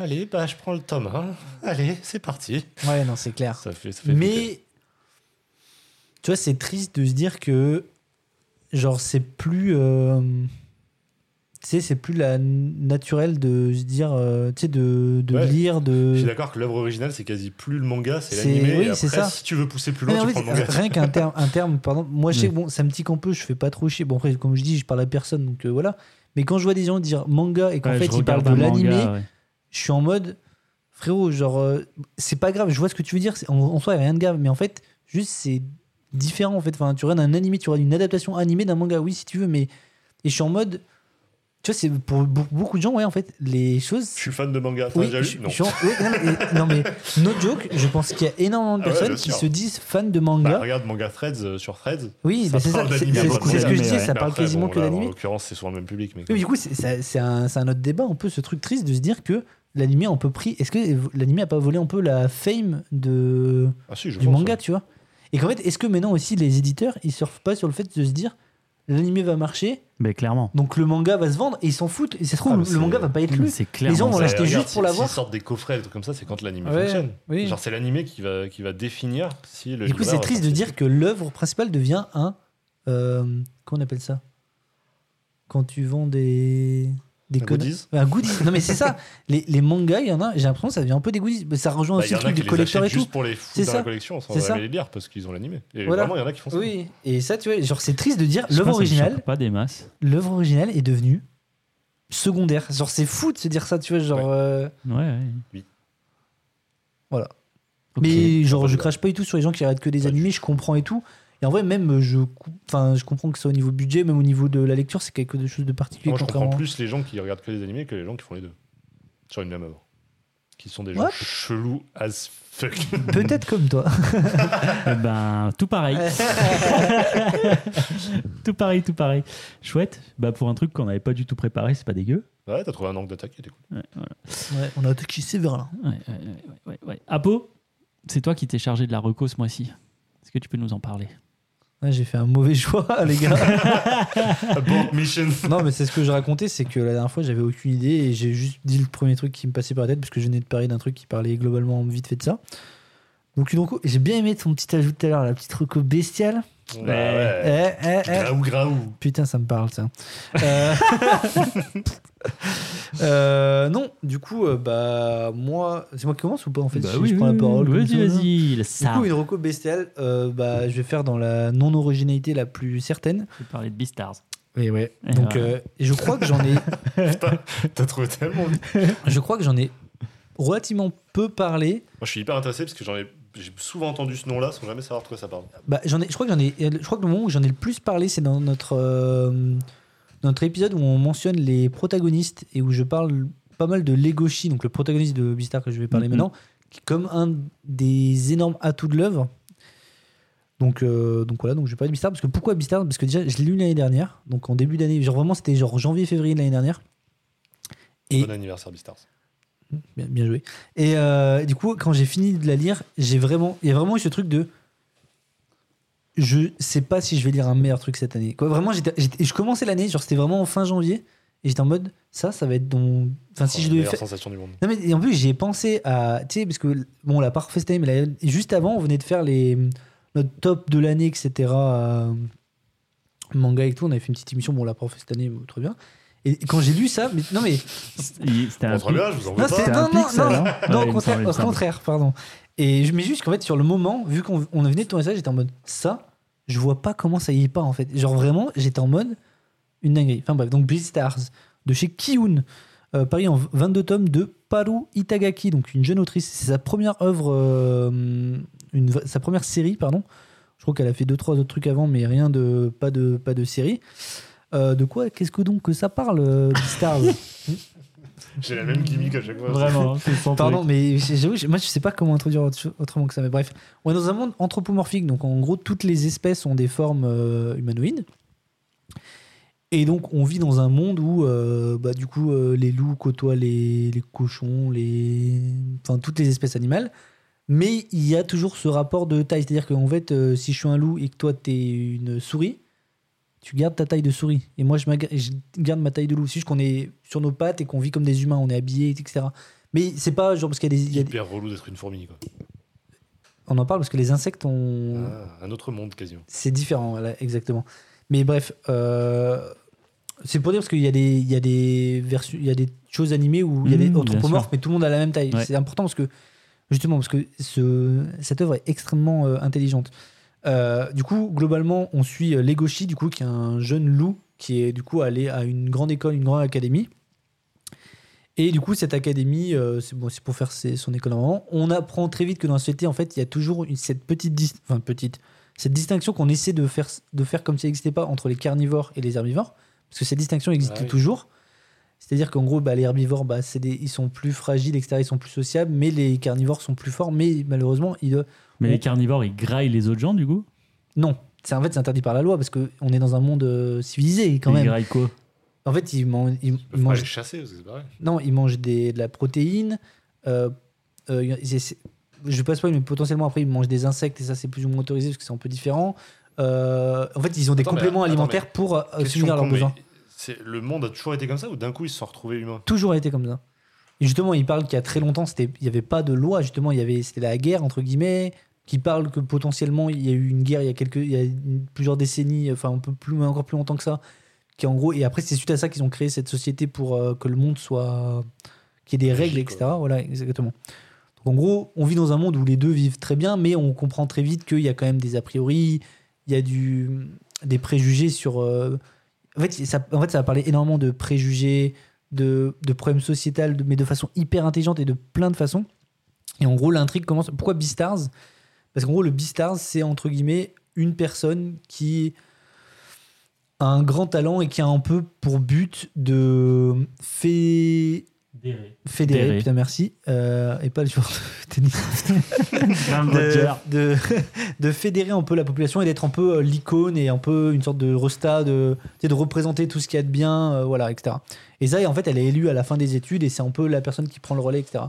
S4: Allez, bah je prends le tome 1, allez, c'est parti.
S5: ouais, non, c'est clair.
S4: Ça fait, ça fait flipper.
S5: Mais tu vois, c'est triste de se dire que genre c'est plus euh, tu sais, c'est plus la n- naturelle de se dire euh, tu sais de, de
S4: Ouais.
S5: lire
S4: Je suis
S5: de
S4: d'accord que l'œuvre originale, c'est quasi plus le manga, c'est
S5: C'est-
S4: l'animé.
S5: oui,
S4: et
S5: c'est
S4: après,
S5: ça.
S4: si tu veux pousser plus
S5: Mais
S4: loin,
S5: en
S4: tu
S5: fait,
S4: prends le manga.
S5: rien qu'un terme, un terme, pardon. Moi, je sais
S1: Oui.
S5: que bon, ça me tique un peu, je fais pas trop chier. Bon, après, comme je dis, je parle à personne, donc euh, voilà. Mais quand je vois des gens dire manga et qu'en
S1: Ouais,
S5: fait,
S1: je
S5: ils parlent
S1: regarde
S5: de
S1: un manga,
S5: l'animé,
S1: ouais.
S5: je suis en mode frérot genre euh, c'est pas grave je vois ce que tu veux dire c'est- en, en soi y a rien de grave mais en fait juste c'est différent en fait enfin tu regardes un animé tu regardes une adaptation animée d'un manga oui si tu veux mais et je suis en mode tu vois c'est pour be- beaucoup de gens ouais en fait les choses
S4: Je suis fan de manga. Enfin,
S5: oui,
S4: déjà
S5: je-
S4: lu Non.
S5: je suis en- oui, non, mais- non, mais no joke je pense qu'il y a énormément de
S4: Ah ouais,
S5: personnes
S4: bien
S5: qui
S4: sûr.
S5: se disent fans de
S4: Bah,
S5: manga
S4: regarde manga Threads euh, sur Threads.
S5: oui
S4: ça
S5: bah, c'est ça
S4: parle
S5: c'est
S4: d'anime,
S5: c'est-
S1: beaucoup
S5: c'est ce que je
S1: d'anime,
S5: disais
S1: ouais.
S5: ça
S4: Mais
S5: parle
S4: après,
S5: quasiment
S4: bon,
S5: que
S4: là,
S5: d'animé
S4: En l'occurrence, c'est souvent le même public. Mais
S5: Oui, mais du coup, c'est- ça- c'est un, c'est un autre débat, un peu ce truc triste de se dire que l'animé a un peu pris. Est-ce que l'animé a pas volé un peu la fame de,
S4: ah, si, je
S5: du
S4: pense,
S5: manga,
S4: ouais.
S5: tu vois Et qu'en fait, est-ce que maintenant aussi les éditeurs ils surfent pas sur le fait de se dire l'animé va marcher,
S1: Mais clairement.
S5: donc le manga va se vendre et ils s'en foutent. Et ça se trouve,
S4: Ah, mais
S5: le
S4: c'est-
S5: manga va pas être lu.
S1: C'est clairement.
S5: gens vont
S1: ça.
S5: l'acheter
S4: Ouais,
S5: juste
S4: regarde,
S5: pour
S4: si-
S5: l'avoir.
S4: S'ils sortent des coffrets, des trucs comme ça, c'est quand l'anime
S5: Ouais,
S4: fonctionne.
S5: oui.
S4: Genre, c'est l'animé qui va, qui va définir si le.
S5: Du coup,
S4: livre
S5: c'est
S4: va
S5: triste de
S4: sortir.
S5: dire que l'œuvre principale devient un. euh, comment on appelle ça Quand tu vends des. Des
S4: Un
S5: conne-
S4: goodies
S5: Un goodies. Non, mais c'est ça. Les, les mangas, il y en a, j'ai l'impression que ça devient un peu des goodies. Mais Ça rejoint
S4: Bah,
S5: aussi
S4: y en
S5: le
S4: a
S5: truc
S4: qui
S5: du
S4: les
S5: collecteur et
S4: achètent
S5: tout.
S4: juste pour les
S5: C'est
S4: fous dans
S5: ça.
S4: la collection, sans
S5: C'est ça.
S4: jamais les lire parce qu'ils ont l'animé. Et
S5: Voilà.
S4: vraiment, il y en a qui font ça.
S5: Oui, et ça, tu vois, genre c'est triste de dire
S1: Je sais pas,
S5: l'œuvre
S1: ça me choque
S5: originale,
S1: Pas des masses.
S5: l'œuvre originale est devenue secondaire. Genre c'est fou de se dire ça, tu vois, genre.
S4: Ouais.
S5: euh,
S1: Ouais, ouais.
S4: Oui.
S5: Voilà.
S1: Ok.
S5: Mais genre,
S4: Voilà.
S5: je crache pas du tout sur les gens qui regardent que des
S4: Pas du
S5: animés, je comprends et tout. Et en vrai, même euh, je, cou- enfin, je comprends que ça au niveau budget, même au niveau de la lecture, c'est quelque chose de particulier.
S4: Moi, Oh, je comprends
S5: contrairement-
S4: plus les gens qui regardent que les animés que les gens qui font les deux. Sur une même œuvre. Qui sont des gens
S5: What
S4: chelous as fuck.
S5: Peut-être comme toi.
S1: Eh ben, tout pareil. tout pareil, tout pareil. Chouette. Bah, pour un truc qu'on n'avait pas du tout préparé, c'est pas dégueu.
S4: Ouais, t'as trouvé un angle d'attaque qui était cool.
S5: Ouais, on a attaqué sévère là.
S1: Ouais, ouais, ouais, ouais, ouais, ouais. Apo, c'est toi qui t'es chargé de la reco ce mois-ci. Est-ce que tu peux nous en parler
S5: Ouais, J'ai fait un mauvais choix, les gars.
S4: Abort mission.
S5: non, mais c'est ce que je racontais, c'est que la dernière fois, j'avais aucune idée et j'ai juste dit le premier truc qui me passait par la tête parce que je venais de parler d'un truc qui parlait globalement vite fait de ça. Donc, une reco- j'ai bien aimé ton petit ajout tout à l'heure, la petite reco bestiale.
S4: Bah ouais.
S5: Eh, eh, eh.
S4: Graou, graou.
S5: Putain, ça me parle, ça. Euh, euh, non, du coup, euh, bah, moi, c'est moi qui commence ou pas en fait
S1: Bah
S5: si je prends la parole comme
S1: Vas-y,
S5: ça, là
S1: vas-y. le
S5: Du
S1: ça.
S5: coup, une reco bestiale, euh, bah, je vais faire dans la non-originalité la plus certaine.
S1: Tu parlais de Beastars.
S5: Et ouais.
S1: Et
S5: Donc,
S1: voilà.
S5: euh, je crois que j'en ai
S4: T'as trouvé tellement vite.
S5: Je crois que j'en ai relativement peu parlé.
S4: Moi, je suis hyper intéressé parce que j'en ai, j'ai souvent entendu ce nom-là sans jamais savoir de quoi ça parle.
S5: Bah, j'en ai, je crois que j'en ai, je crois que le moment où j'en ai le plus parlé, c'est dans notre euh, notre épisode où on mentionne les protagonistes et où je parle pas mal de Legoshi, donc le protagoniste de Beastar que je vais parler
S1: Mhm.
S5: maintenant, qui est comme un des énormes atouts de l'œuvre. Donc, euh, donc voilà, donc je vais parler de Beastar parce que pourquoi Beastar Parce que déjà, je l'ai lu l'année dernière, donc en début d'année, genre vraiment c'était genre janvier-février de l'année dernière. Et-
S4: Bon anniversaire, Beastars.
S5: Bien, bien joué. Et euh, du coup, quand j'ai fini de la lire, j'ai vraiment, il y a vraiment eu ce truc de, je sais pas si je vais lire un meilleur truc cette année. Quoi, vraiment, j'étais, j'étais- je commençais l'année, genre c'était vraiment en fin janvier, et j'étais en mode, ça, ça va être dans, enfin
S4: Oh,
S5: si je
S4: la
S5: devais
S4: meilleure
S5: faire.
S4: sensation du monde.
S5: Non mais et en plus j'ai pensé à, tu sais, parce que bon, on l'a pas refait cette année, mais la- juste avant, on venait de faire les notre top de l'année, etc. euh, manga et tout, on avait fait une petite émission, bon, on l'a pas refait cette année, mais euh, très bien. Et quand j'ai lu ça, mais non mais
S1: Il- C'était un
S4: Entre bien, je vous en veux pas.
S5: non, c'est-
S1: C'était
S5: non,
S1: un
S5: non,
S1: pic, ça,
S5: non,
S1: non
S5: non,
S1: Ouais,
S5: au,
S1: il me
S5: contraire,
S1: semble, il me
S5: au
S1: semble.
S5: contraire, pardon. Et je mets juste qu'en fait, sur le moment, vu qu'on on venait de tourner ça, j'étais en mode ça, je vois pas comment ça y est pas en fait. Genre vraiment, j'étais en mode une dinguerie. Enfin bref, donc Blitz Stars de chez Kiun, euh, paru en 22 tomes de Paru Itagaki, donc une jeune autrice. C'est sa première œuvre, euh, une, v- sa première série, pardon. Je crois qu'elle a fait deux trois autres trucs avant, mais rien de pas de pas de série. Euh, de quoi Qu'est-ce que donc que ça parle euh, Blitz Stars
S4: J'ai la même gimmick à chaque fois.
S1: Vraiment, c'est son truc.
S5: Pardon, mais j'avoue, j'ai- moi je sais pas comment introduire autre- autrement que ça, mais bref. On est dans un monde anthropomorphique, donc en gros toutes les espèces ont des formes euh, humanoïdes. Et donc on vit dans un monde où euh, bah, du coup euh, les loups côtoient les, les cochons, les... enfin toutes les espèces animales. Mais il y a toujours ce rapport de taille, c'est-à-dire qu'en fait euh, si je suis un loup et que toi t'es une souris, tu gardes ta taille de souris. Et moi je, m'aga- je garde ma taille de loup. C'est juste qu'on est sur nos pattes et qu'on vit comme des humains, on est habillés, etc. Mais c'est pas genre parce qu'il y a des. il y a des-
S4: Hyper relou d'être une fourmi. Quoi.
S5: On en parle parce que les insectes ont.
S4: Ah, un autre monde quasiment.
S5: C'est différent, voilà, exactement. Mais bref, euh, c'est pour dire parce qu'il y a des, il y a des versus, il y a des choses animées où il y a des
S1: Mhm, bien
S5: anthropomorphes,
S1: sûr.
S5: mais tout le monde a la même taille.
S1: Ouais.
S5: C'est important parce que justement parce que ce, cette œuvre est extrêmement euh, intelligente. Euh, du coup, globalement, on suit euh, Legoshi, du coup, qui est un jeune loup qui est du coup allé à une grande école, une grande académie. Et du coup, cette académie, euh, c'est bon, c'est pour faire ses- son école en rang. On apprend très vite que dans la société, en fait, il y a toujours une- cette petite, dis- enfin petite, cette distinction qu'on essaie de faire, de faire comme si elle n'existait pas entre les carnivores et les herbivores, parce que cette distinction existe
S4: Ah oui.
S5: toujours. C'est-à-dire qu'en gros, bah, les herbivores, bah, c'est des- ils sont plus fragiles, etc., ils sont plus sociables, mais les carnivores sont plus forts, mais malheureusement, ils, euh,
S1: Mais
S5: on-
S1: les carnivores, ils graillent les autres gens, du coup
S5: non. C'est, en fait, c'est interdit par la loi, parce qu'on est dans un monde euh, civilisé, quand
S1: Ils
S5: même.
S1: graillent quoi
S5: En fait, ils, man- ils-
S4: Ils
S5: ils
S4: peuvent pas
S5: mangent
S4: les chasser parce que c'est pareil.
S5: Non, ils mangent des, de la protéine. Euh, euh, y a- c'est- c'est- je passe pas, mais potentiellement après ils mangent des insectes et ça c'est plus ou moins autorisé parce que c'est un peu différent. Euh, en fait, ils ont des
S4: Attends, mais-
S5: compléments
S4: attends,
S5: alimentaires pour euh,
S4: Question
S5: subvenir à leurs
S4: con, mais
S5: besoins.
S4: c'est- Le monde a toujours été comme ça ou d'un coup ils se sont retrouvés humains
S5: Toujours été comme ça. Et justement, ils parlent qu'il y a très longtemps, c'était- il n'y avait pas de loi. Justement, il y avait c'était la guerre entre guillemets. Qui parle que potentiellement il y a eu une guerre il y a quelques, il y a une- plusieurs décennies, enfin un peu plus, encore plus longtemps que ça. Qui en gros et après c'est suite à ça qu'ils ont créé cette société pour euh, que le monde soit, qu'il y ait des
S4: Rigide,
S5: règles, etc. Voilà, exactement. Donc en gros, on vit dans un monde où les deux vivent très bien, mais on comprend très vite qu'il y a quand même des a priori, il y a du, des préjugés sur. euh, en, fait, ça, en fait, ça va parler énormément de préjugés, de, de problèmes sociétals, de- mais de façon hyper intelligente et de plein de façons. Et en gros, l'intrigue commence. Pourquoi Beastars Parce qu'en gros, le Beastars, c'est entre guillemets une personne qui a un grand talent et qui a un peu pour but de fait fédérer,
S1: Fédérer.
S5: putain merci, euh, et pas le joueur de tennis,
S1: Roger.
S5: de, de, de fédérer un peu la population et d'être un peu euh, l'icône et un peu une sorte de resta, de, tu sais, de représenter tout ce qu'il y a de bien, euh, voilà, etc. Et ça, et en fait, elle est élue à la fin des études et c'est un peu la personne qui prend le relais, etc.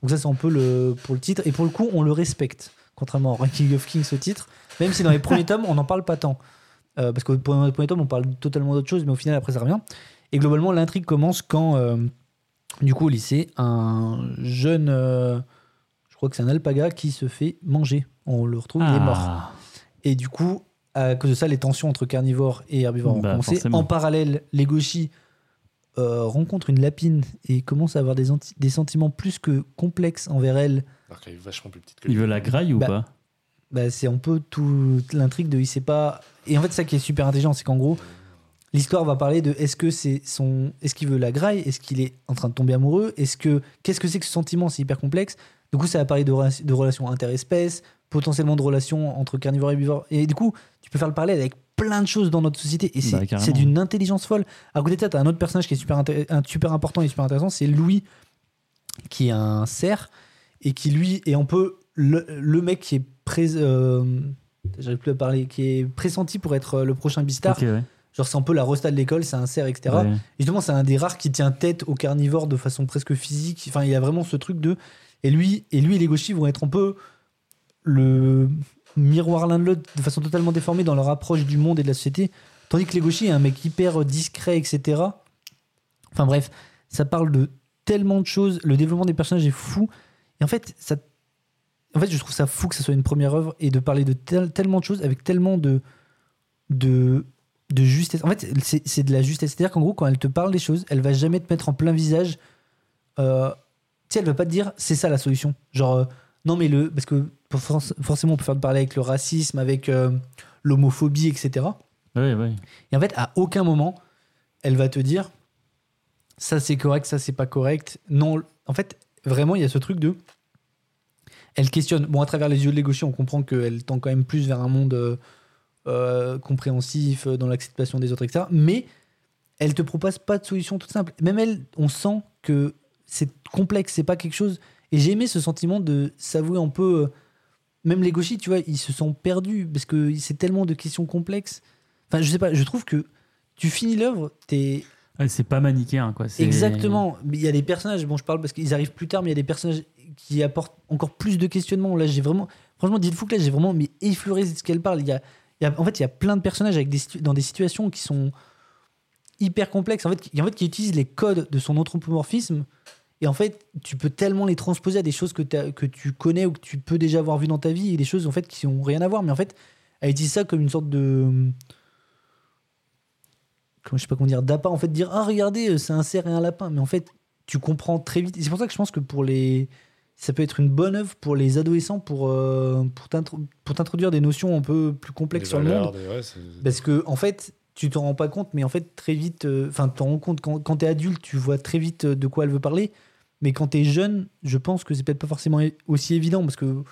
S5: Donc ça, c'est un peu le, pour le titre. Et pour le coup, on le respecte, contrairement à Ranking of Kings, ce titre, même si dans les premiers tomes, on n'en parle pas tant. Euh, parce que dans les premiers tomes, on parle totalement d'autre chose, mais au final, après, ça revient. Et globalement, l'intrigue commence quand... euh, du coup, au lycée, un jeune, euh, je crois que c'est un alpaga qui se fait manger. On le retrouve, il est mort.
S1: Ah.
S5: Et du coup, à cause de ça, les tensions entre carnivores et herbivores
S1: Bah,
S5: ont commencé.
S1: forcément.
S5: En parallèle, les gauchis euh, rencontrent une lapine et commencent à avoir des, anti- des sentiments plus que complexes envers elle.
S4: Alors qu'elle est vachement plus petite que
S1: Il
S4: lui.
S1: veut la graille ou
S5: Bah,
S1: pas
S5: Bah, c'est un peu toute l'intrigue de il sait pas. Et en fait, ça qui est super intelligent, c'est qu'en gros, l'histoire va parler de est-ce que c'est son, est-ce qu'il veut la graille, est-ce qu'il est en train de tomber amoureux, est-ce que qu'est-ce que c'est que ce sentiment, c'est hyper complexe. Du coup, ça va parler de, rela- de relations interespèces, potentiellement de relations entre carnivores et herbivores. Et du coup, tu peux faire le parallèle avec plein de choses dans notre société. Et c'est
S1: Bah, carrément.
S5: c'est d'une intelligence folle. À côté de ça, t'as un autre personnage qui est super, inté- un, super important et super intéressant, c'est Louis, qui est un cerf et qui lui est un peu le, le mec qui est pré- euh, j'arrive plus à parler, qui est pressenti pour être euh, le prochain Bistar.
S1: Ok, ouais.
S5: Genre c'est un peu la rosta de l'école, c'est un cerf, etc.
S1: Ouais.
S5: Et justement, c'est un des rares qui tient tête aux carnivores de façon presque physique. Enfin, il a vraiment ce truc de. Et lui et, lui et les gauchis vont être un peu le miroir l'un de l'autre de façon totalement déformée dans leur approche du monde et de la société. Tandis que les gauchis est un mec hyper discret, etc. Enfin bref, ça parle de tellement de choses. Le développement des personnages est fou. Et en fait, ça. En fait, je trouve ça fou que ça soit une première œuvre et de parler de tel- tellement de choses avec tellement de, de, de justesse. En fait, c'est c'est de la justesse. C'est-à-dire qu'en gros, quand elle te parle des choses, elle va jamais te mettre en plein visage. Euh, tu sais, elle va pas te dire c'est ça la solution. Genre, euh, non, mais le. Parce que pour- forc- forcément, on peut faire le parler avec le racisme, avec euh, l'homophobie, etc.
S1: Ouais, ouais.
S5: Et en fait, à aucun moment, elle va te dire ça c'est correct, ça c'est pas correct. Non, en fait, vraiment, il y a ce truc de. Elle questionne. Bon, à travers les yeux de Legoshi, on comprend qu'elle tend quand même plus vers un monde euh, euh, compréhensif, euh, dans l'acceptation des autres, etc. Mais elle te propose pas de solution toute simple. Même elle, on sent que c'est complexe, c'est pas quelque chose. Et j'ai aimé ce sentiment de s'avouer un peu. euh, Même Legoshi, tu vois, ils se sent perdus parce que c'est tellement de questions complexes. Enfin, je sais pas, je trouve que tu finis l'œuvre, t'es
S1: Ouais, c'est pas manichéen, quoi. c'est-
S5: Exactement. Mais il y a des personnages, bon, je parle parce qu'ils arrivent plus tard, mais il y a des personnages qui apportent encore plus de questionnements. Là, j'ai vraiment. Franchement, dites vous que là, j'ai vraiment mais effleuré de ce qu'elle parle. Il y a, il y a- en fait, il y a plein de personnages avec des, situ- dans des situations qui sont hyper complexes, en fait, qui, en fait, qui utilisent les codes de son anthropomorphisme. Et en fait, tu peux tellement les transposer à des choses que, t'as- que tu connais ou que tu peux déjà avoir vu dans ta vie et des choses en fait qui n'ont rien à voir. Mais en fait, elle utilise ça comme une sorte de comment je sais pas comment dire, d'appât, en fait, dire ah regardez, euh, c'est un cerf et un lapin, mais en fait, tu comprends très vite. Et C'est pour ça que je pense que pour les, ça peut être une bonne œuvre pour les adolescents pour euh, pour t'intro- pour t'introduire des notions un peu plus complexes sur le monde. Parce que en fait, tu t'en rends pas compte, mais en fait très vite, euh, enfin tu t'en rends compte quand, quand t'es adulte, tu vois très vite euh, de quoi elle veut parler. Mais quand t'es jeune, je pense que c'est peut-être pas forcément é- aussi évident parce que,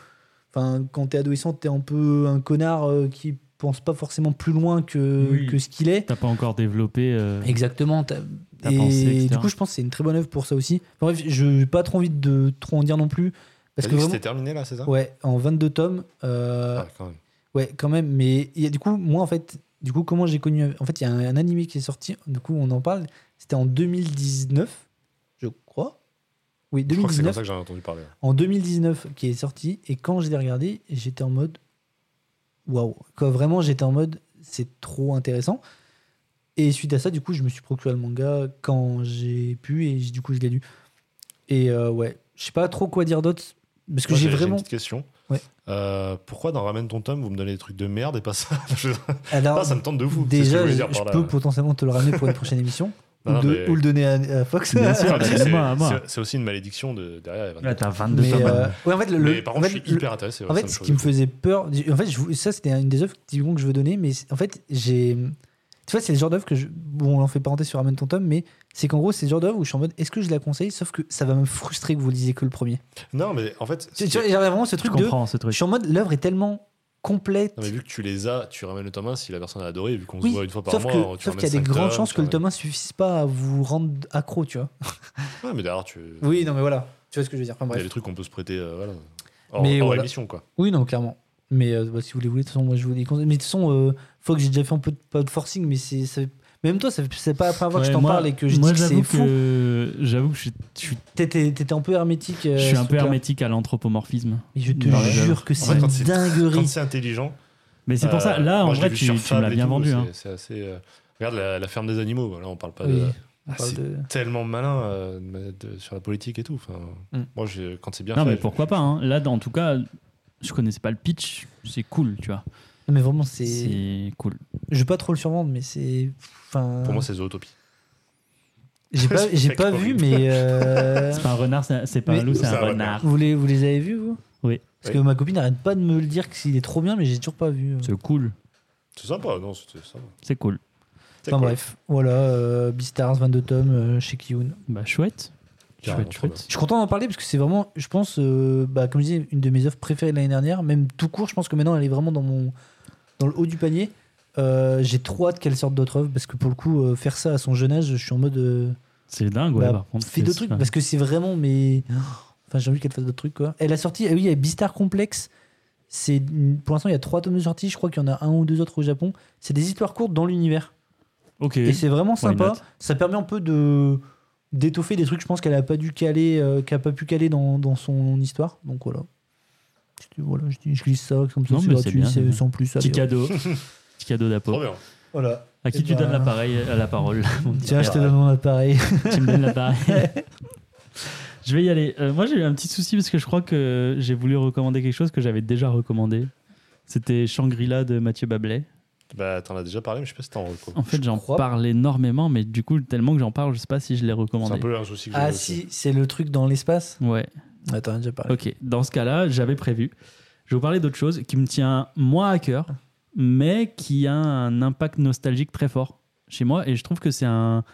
S5: enfin, quand t'es adolescent, t'es un peu un connard euh, qui pense pas forcément plus loin que,
S1: Oui.
S5: que ce qu'il est.
S1: T'as pas encore développé. euh,
S5: Exactement. t'as-
S1: t'as
S5: et
S1: pensé, etc.
S5: du coup, je pense que c'est une très bonne œuvre pour ça aussi. Enfin, bref, je n'ai pas trop envie de trop en dire non plus. Parce que vraiment,
S4: c'était terminé là, c'est ça
S5: ouais, en 22 tomes, euh,
S4: Ah, quand même.
S5: Ouais, quand même. Mais il y a- du coup, moi, en fait, du coup, comment j'ai connu. En fait, il y a un, un animé qui est sorti. Du coup, on en parle. C'était en 2019, je crois. Oui,
S4: Je crois que c'est comme
S5: 2019.
S4: ça que j'en ai entendu parler.
S5: En 2019, qui est sorti. Et quand je l'ai regardé, j'étais en mode. Waouh. Quand vraiment, j'étais en mode. C'est trop intéressant. Et suite à ça, du coup, je me suis procuré le manga quand j'ai pu. Et j- du coup, je l'ai lu. Et euh, ouais, je sais pas trop quoi dire d'autre. Parce que
S4: Moi,
S5: j'ai
S4: une
S5: vraiment.
S4: petite question.
S5: Ouais.
S4: Euh, pourquoi dans Ramène ton tome, vous me donnez des trucs de merde et pas ça Je-
S5: Alors,
S4: Ah, Ça me tente de vous. c'est ce que
S5: Déjà,
S4: voulais
S5: je,
S4: dire par
S5: je
S4: là.
S5: peux potentiellement te le ramener pour une prochaine émission
S4: Non,
S5: ou, de-
S4: mais-
S5: ou le donner à, à Fox.
S1: Bien sûr.
S4: Non, mais
S1: Ah,
S4: c'est-
S1: moi, moi.
S4: c'est- C'est aussi une malédiction de derrière. les 24.
S1: Là, t'as 22
S5: Mais,
S1: tomes.
S5: euh, ouais, en fait, le,
S4: mais
S5: le-
S4: par
S5: en
S4: contre,
S5: fait,
S4: je suis
S5: le-
S4: hyper intéressé. ouais,
S5: en
S4: ça
S5: fait,
S4: me
S5: ce
S4: chauffe
S5: qui me
S4: de fou.
S5: faisait peur, en fait, je vou- ça c'était une des œuvres typiquement que je veux donner, mais c'est- en fait, j'ai, tu vois, c'est le genre d'œuvre que je, bon, on en fait parenthèse sur Ramène ton tome, mais c'est qu'en gros, c'est le genre d'œuvre où je suis en mode, est-ce que je la conseille Sauf que ça va me frustrer que vous lisez que le premier.
S4: Non, mais en fait,
S5: Tu,
S4: ce
S5: tu
S4: qui-
S5: vois, j'avais vraiment ce
S1: Je
S5: truc de,
S1: comprends ce
S5: je
S1: truc.
S5: suis en mode, l'œuvre est tellement complète.
S4: non, mais vu que tu les as, tu ramènes le tome 1 si la personne a adoré, vu qu'on se
S5: Oui,
S4: voit une fois par
S5: sauf
S4: mois.
S5: que-
S4: tu
S5: sauf qu'il y a
S4: ramènes
S5: des
S4: cinq
S5: grandes
S4: tomes,
S5: chances
S4: tu
S5: que le
S4: ramènes-
S5: tome 1 suffise pas à vous rendre accro, tu vois.
S4: Ouais, mais derrière, tu.
S5: Oui, non, mais voilà. Tu vois ce que je veux dire. Enfin,
S4: Il y a
S5: bref.
S4: des trucs qu'on peut se prêter euh, voilà, hors,
S5: Mais
S4: hors
S5: voilà.
S4: émission. Quoi.
S5: Oui, non, clairement. Mais euh, bah, si vous les voulez, de toute façon, moi je vous les conseille. Mais de toute façon, euh, faut que j'ai déjà fait un peu de, pas de forcing, mais c'est. ça- Même toi, ça fait- c'est pas la première fois que je
S1: Ouais,
S5: t'en
S1: moi-
S5: parle et que je
S1: moi,
S5: dis que c'est
S1: j'avoue
S5: fou.
S1: que- J'avoue que je suis- je suis
S5: T'étais t'étais un peu hermétique. euh,
S1: Je suis un
S5: sur
S1: peu
S5: ça.
S1: hermétique à l'anthropomorphisme.
S5: Mais je te
S1: Non, mais
S5: jure que
S4: En
S5: c'est
S4: vrai,
S5: une
S4: quand c'est- Quand
S5: dinguerie.
S4: c'est intelligent.
S1: Mais c'est pour ça,
S4: euh,
S1: là,
S4: moi,
S1: en
S4: je
S1: vrai,
S4: l'ai vu
S1: tu,
S4: sur
S1: tu
S4: Fab
S1: me l'as
S4: et
S1: bien
S4: tout,
S1: vendu.
S4: c'est-
S1: hein.
S4: C'est assez. euh, Regarde la, la ferme des animaux. Voilà, on parle pas
S5: Oui,
S4: de.
S5: on
S4: Ah,
S5: parle
S4: c'est
S5: de-
S4: tellement malin euh, de- de- sur la politique et tout. Enfin,
S5: Mm.
S4: Moi, j'ai- quand c'est bien
S1: Non,
S4: fait.
S1: mais
S4: je-
S1: pourquoi pas. hein. Là, en tout cas, je connaissais pas le pitch. C'est cool, tu vois.
S5: Non, mais vraiment, c'est.
S1: C'est cool.
S5: Je veux pas trop le survendre, mais c'est. Enfin.
S4: Pour moi, c'est Zootopie.
S5: J'ai pas,
S4: c'est
S5: j'ai pas
S4: horrible.
S5: vu, mais. euh,
S1: C'est pas un renard, c'est un- c'est pas un
S5: Mais-
S1: loup, c'est
S4: C'est
S1: un
S4: un renard.
S1: renard.
S5: Vous les, vous les avez vus, vous
S1: Oui.
S5: Parce que ma copine n'arrête pas de me le dire qu'il est trop bien, mais j'ai toujours pas vu.
S1: C'est cool.
S4: C'est sympa, non C'est c'est sympa.
S1: C'est cool.
S4: C'est
S5: Enfin
S4: cool.
S5: bref, voilà, euh, Beastars, 22 tomes euh, chez Kiyun.
S1: Bah, chouette.
S4: Carrément,
S1: chouette,
S4: trop
S1: chouette.
S5: Je suis content d'en parler parce que c'est vraiment, je pense, euh, bah, comme je disais, une de mes œuvres préférées de l'année dernière, même tout court. Je pense que maintenant elle est vraiment dans mon, dans le haut du panier. Euh, J'ai trop hâte qu'elle sorte d'autres œuvres parce que pour le coup, euh, faire ça à son jeune âge, je suis en mode, euh,
S1: C'est dingue, ouais,
S5: bah,
S1: par contre.
S5: fais d'autres
S1: c'est-
S5: trucs parce que c'est vraiment, mais, enfin, j'ai envie qu'elle fasse d'autres trucs quoi. Elle a sorti, ah oui, il y a Beastar Complex. C'est une- pour l'instant il y a trois tomes de sortie. Je crois qu'il y en a un ou deux autres au Japon. C'est des histoires courtes dans l'univers.
S1: Ok.
S5: Et c'est vraiment sympa.
S1: not
S5: Ça permet un peu de d'étoffer des trucs, je pense qu'elle a pas dû caler, euh, qu'elle a pas pu caler dans, dans son histoire. Donc voilà. Je, dis- voilà, je, dis- je glisse ça comme ça,
S1: Non,
S5: c'est
S1: mais c'est
S5: gratuit,
S1: bien,
S5: c'est
S1: bien.
S5: sans plus. allez,
S1: Petit cadeau. Petit cadeau
S4: Trop
S1: d'Apo.
S4: bien.
S5: hop. Voilà.
S1: À qui
S5: Et
S1: tu
S5: bah,
S1: donnes l'appareil, euh, la parole mon petit
S5: Tiens, je te
S1: frère.
S5: donne mon appareil.
S1: tu me donnes l'appareil. je vais y aller. Euh, moi, j'ai eu un petit souci parce que je crois que j'ai voulu recommander quelque chose que j'avais déjà recommandé. C'était Shangri-La de Mathieu Bablet.
S4: Bah, t'en as déjà parlé, mais je sais pas si t'en retrouves.
S1: En fait, j'en
S5: crois.
S1: parle énormément, mais du coup, tellement que j'en parle, je sais pas si je l'ai
S4: C'est
S1: recommandé.
S4: un peu un souci que j'ai
S5: Ah
S4: aussi.
S5: si, c'est le truc dans l'espace.
S1: Ouais,
S5: Attends, déjà parlé.
S1: ok. Dans ce cas-là, j'avais prévu. Je vais vous parler d'autre chose qui me tient moi à cœur, mais qui a un impact nostalgique très fort chez moi et je trouve que c'est un.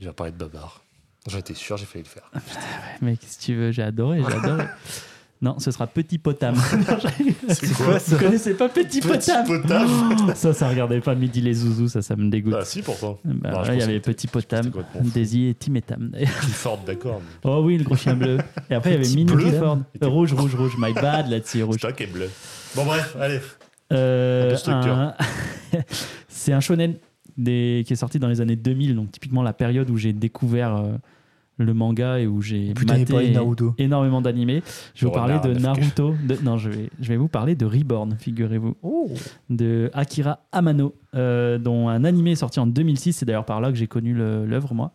S4: Il va paraître bavard. J'en étais sûr, j'ai failli le faire.
S1: Mais qu'est-ce que tu veux J'ai adoré, j'ai adoré. Non, ce sera Petit Potam. Non, j'arrive.
S4: C'est quoi
S1: Vous connaissez pas Petit,
S4: Petit
S1: Potam
S4: Potam.
S1: Oh, Ça, ça regardait pas Midi les Zouzous, ça, ça me dégoûte.
S4: Ah si, pourtant.
S1: Bah,
S4: Non, je
S1: ouais, il y
S4: pensais
S1: avait
S4: que t'étais-
S1: Petit Potam,
S4: c'était complètement fou.
S1: Daisy et Timétam.
S4: Plus forte, d'accord. mais
S1: Oh oui, le gros chien bleu. Et après, il y avait
S5: Petit
S1: Minnie
S4: bleu.
S1: Clifford.
S4: Il était-
S1: Rouge, rouge, rouge. My bad là-dessus, rouge.
S4: C'est toi qui est bleu. Bon, bref, allez.
S1: Euh,
S4: Un peu structure.
S1: un- c'est un shonen des- qui est sorti dans les années 2000, donc typiquement la période où j'ai découvert euh, le manga et où j'ai
S5: Putain, il est
S1: maté
S5: pas Naruto.
S1: énormément d'animés. Je vais vous
S4: Le
S1: parler de
S4: renard africain.
S1: Naruto. de- non, je vais, je vais vous parler de Reborn, figurez-vous,
S5: Oh.
S1: de Akira Amano, euh, dont un animé est sorti en 2006. C'est d'ailleurs par là que j'ai connu le- l'œuvre, moi.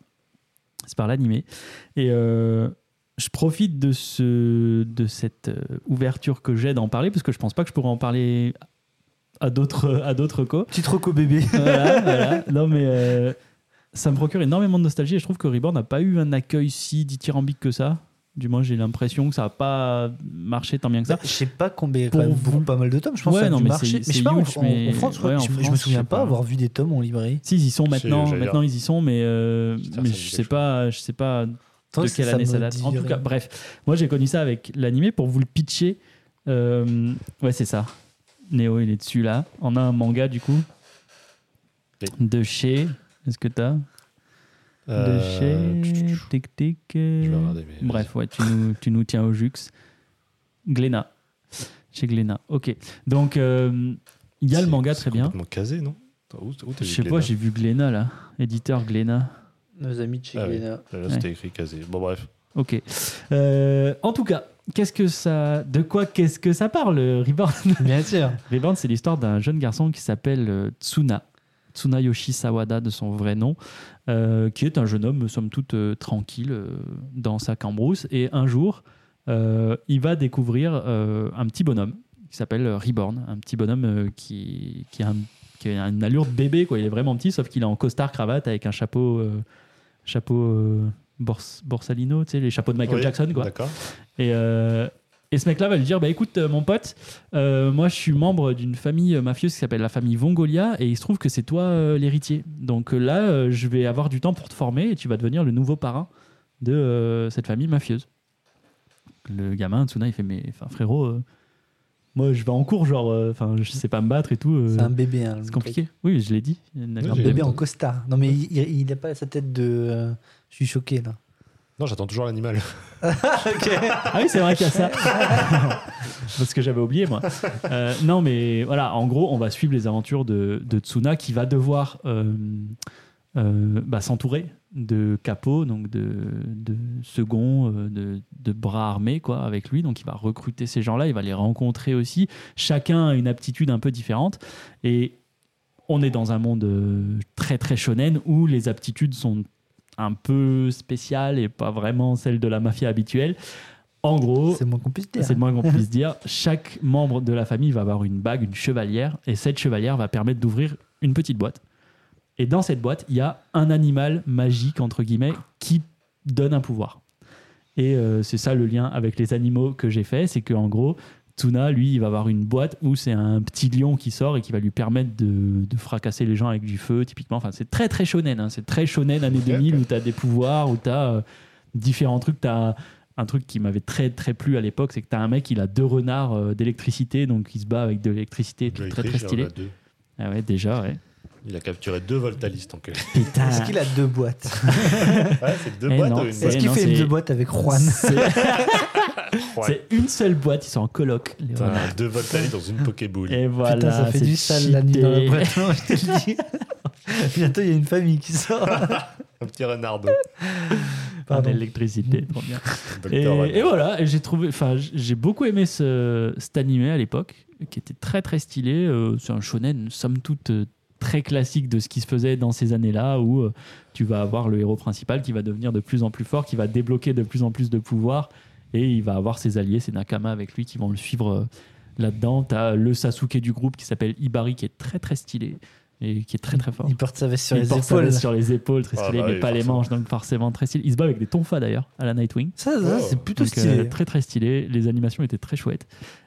S1: C'est par l'animé. Et euh, je profite de, ce, de cette euh, ouverture que j'ai d'en parler, parce que je pense pas que je pourrais en parler à d'autres à d'autres co.
S5: Petite reco bébé.
S1: Voilà, voilà. Non, mais euh, ça me procure énormément de nostalgie et je trouve que Reborn n'a pas eu un accueil si dithyrambique que ça. Du moins, j'ai l'impression que ça n'a pas marché tant bien
S4: Bah,
S1: que ça.
S5: Je sais pas combien,
S1: Pour
S5: quand même
S1: vous.
S5: beaucoup, pas mal de tomes. Je pense
S1: Ouais,
S5: que ça a
S1: non,
S5: dû
S1: mais c'est-
S5: marcher. Mais je
S1: c'est
S5: sais pas, en-
S1: huge,
S5: en,
S1: mais-
S5: en France, je crois-
S1: ouais, en
S5: je, je me
S1: France, je
S5: souviens
S1: sais
S5: pas
S1: pas.
S5: avoir vu des tomes en librairie.
S1: Si, ils y sont maintenant,
S4: j'allais dire.
S1: maintenant ils y sont, mais euh,
S4: Putain, ça
S1: mais
S4: me dit
S1: je sais
S4: quelque
S1: pas, je sais pas
S5: Attends,
S1: de quelle
S5: ça
S1: année
S5: me
S1: ça date.
S5: dit
S1: En tout
S5: rien.
S1: cas, bref, moi j'ai connu ça avec l'animé pour vous le pitcher. euh, ouais, c'est ça. Néo, il est dessus là. On a un manga du coup
S4: Oui.
S1: de chez. Est-ce que t'as De chez.
S4: Euh, Je
S1: Tic tic. euh,
S4: vais regarder. mais-
S1: Bref, ouais, tu nous, tu nous tiens au jux. Glénat. Chez Glénat. Ok. Donc, euh, il y a le
S4: C'est-
S1: manga
S4: c'est
S1: très bien.
S4: complètement casé, non Attends, Où, où t'as
S1: Je
S4: vu
S1: sais pas,
S4: Glénat
S1: j'ai vu Glénat là. Éditeur Glénat.
S5: Nos amis de chez
S4: Ah ouais.
S1: Euh,
S5: Glénat.
S4: Là, c'était écrit casé. Bon, bref.
S1: Ok. Euh, en tout cas, qu'est-ce que ça, de quoi qu'est-ce que ça parle, euh, Reborn
S5: Bien sûr.
S1: Reborn, c'est l'histoire d'un jeune garçon qui s'appelle euh, Tsuna. Tsunayoshi Sawada de son vrai nom, euh, qui est un jeune homme, somme toute, euh, tranquille euh, dans sa cambrousse. Et un jour, euh, il va découvrir euh, un petit bonhomme qui s'appelle euh, Reborn, un petit bonhomme euh, qui, qui, a un- qui a une allure de bébé. Quoi. Il est vraiment petit, sauf qu'il est en costard-cravate avec un chapeau, euh, chapeau euh, bors- borsalino, tu sais, les chapeaux de Michael
S4: Oui,
S1: Jackson. Quoi.
S4: D'accord.
S1: Et, euh, et ce mec-là va lui dire Bah écoute, euh, mon pote, euh, moi je suis membre d'une famille euh, mafieuse qui s'appelle la famille Vongolia et il se trouve que c'est toi euh, l'héritier. Donc euh, là, euh, je vais avoir du temps pour te former et tu vas devenir le nouveau parrain de euh, cette famille mafieuse. Le gamin, Tsuna, il fait Mais enfin, frérot, euh, moi je vais en cours, genre, euh, enfin, je sais pas me battre et tout. euh,
S5: C'est un bébé. hein, le
S1: c'est
S5: mec.
S1: compliqué. Oui, je l'ai dit. Il y a une
S4: Oui,
S5: Un
S1: aggrafe-
S4: j'ai-
S5: bébé en costard. Non, mais il- il il a pas sa tête de. euh, Je suis choqué là.
S4: Non, j'attends toujours l'animal.
S1: Ah oui, c'est vrai qu'il y a ça. Parce que j'avais oublié, moi. Euh, non, mais voilà, en gros, on va suivre les aventures de, de Tsuna qui va devoir euh, euh, bah, s'entourer de capots, donc de, de seconds, euh, de, de bras armés quoi, avec lui. Donc il va recruter ces gens-là, il va les rencontrer aussi. Chacun a une aptitude un peu différente. Et on est dans un monde euh, très très shonen où les aptitudes sont un peu spéciales et pas vraiment celles de la mafia habituelle. En gros,
S5: C'est moins qu'on puisse dire.
S1: Oh. c'est le moins qu'on puisse dire. Chaque membre de la famille va avoir une bague, une chevalière, et cette chevalière va permettre d'ouvrir une petite boîte. Et dans cette boîte, il y a un animal magique, entre guillemets, qui donne un pouvoir. Et euh, c'est ça le lien avec les animaux que j'ai fait, c'est qu'en gros, Tuna, lui, il va avoir une boîte où c'est un petit lion qui sort et qui va lui permettre de, de fracasser les gens avec du feu, typiquement. Enfin, c'est très, très shonen. hein. C'est très shonen années 2000 où tu as des pouvoirs, où euh, tu as différents trucs. Tu as un truc qui m'avait très, très plu à l'époque, c'est que tu as un mec, il a deux renards euh, d'électricité, donc il se bat avec de l'électricité, et tout,
S4: Joy
S1: très, très
S4: Trish, il en
S1: stylé.
S4: a deux.
S1: Ah ouais, déjà, ouais.
S4: Il a capturé deux voltalistes en quelque
S1: Putain.
S5: Est-ce qu'il a deux boîtes
S4: Ouais, c'est deux
S1: Eh
S4: boîtes
S1: non,
S4: ou une
S1: c'est-
S4: boîte
S5: Est-ce qu'il
S1: non,
S5: fait
S1: c'est-
S5: deux boîtes avec Juan
S1: C'est
S4: Ouais.
S1: c'est une seule boîte, ils sont en coloc. les
S4: Putain,
S1: renards.
S4: Deux voltalistes dans une Pokéball.
S1: Et voilà,
S5: Putain, ça fait
S1: c'est
S5: du sale la nuit
S1: cheaté.
S5: dans la boîte. Non, je te le dis. Bientôt, il y a une famille qui sort.
S1: Ah,
S4: Un petit renardo.
S1: Par
S5: Pardon.
S1: l'électricité, trop bien.
S4: Docteur
S1: Et,
S4: Renard.
S1: et voilà, et j'ai trouvé, enfin, j- j'ai beaucoup aimé ce, cet animé à l'époque, qui était très très stylé. Euh, c'est un shonen, somme toute, euh, très classique de ce qui se faisait dans ces années-là, où euh, tu vas avoir le héros principal qui va devenir de plus en plus fort, qui va débloquer de plus en plus de pouvoirs, et il va avoir ses alliés, ses nakama avec lui qui vont le suivre euh, là-dedans. T'as le Sasuke du groupe qui s'appelle Ibari, qui est très très stylé et qui est très très fort.
S5: Il porte sa veste sur
S1: Il
S5: les
S1: porte sa
S5: épaules.
S1: veste
S5: Ça,
S1: sur les épaules, très
S4: Ah
S1: stylé,
S4: bah
S1: mais
S4: oui,
S1: pas les
S4: forcément.
S1: manches, donc forcément très stylé. Il se bat avec des tonfas d'ailleurs, à la Nightwing.
S5: ça,
S4: Oh.
S5: c'est plutôt
S1: Donc, euh,
S5: stylé. Bah,
S1: très très stylé, les animations étaient très chouettes.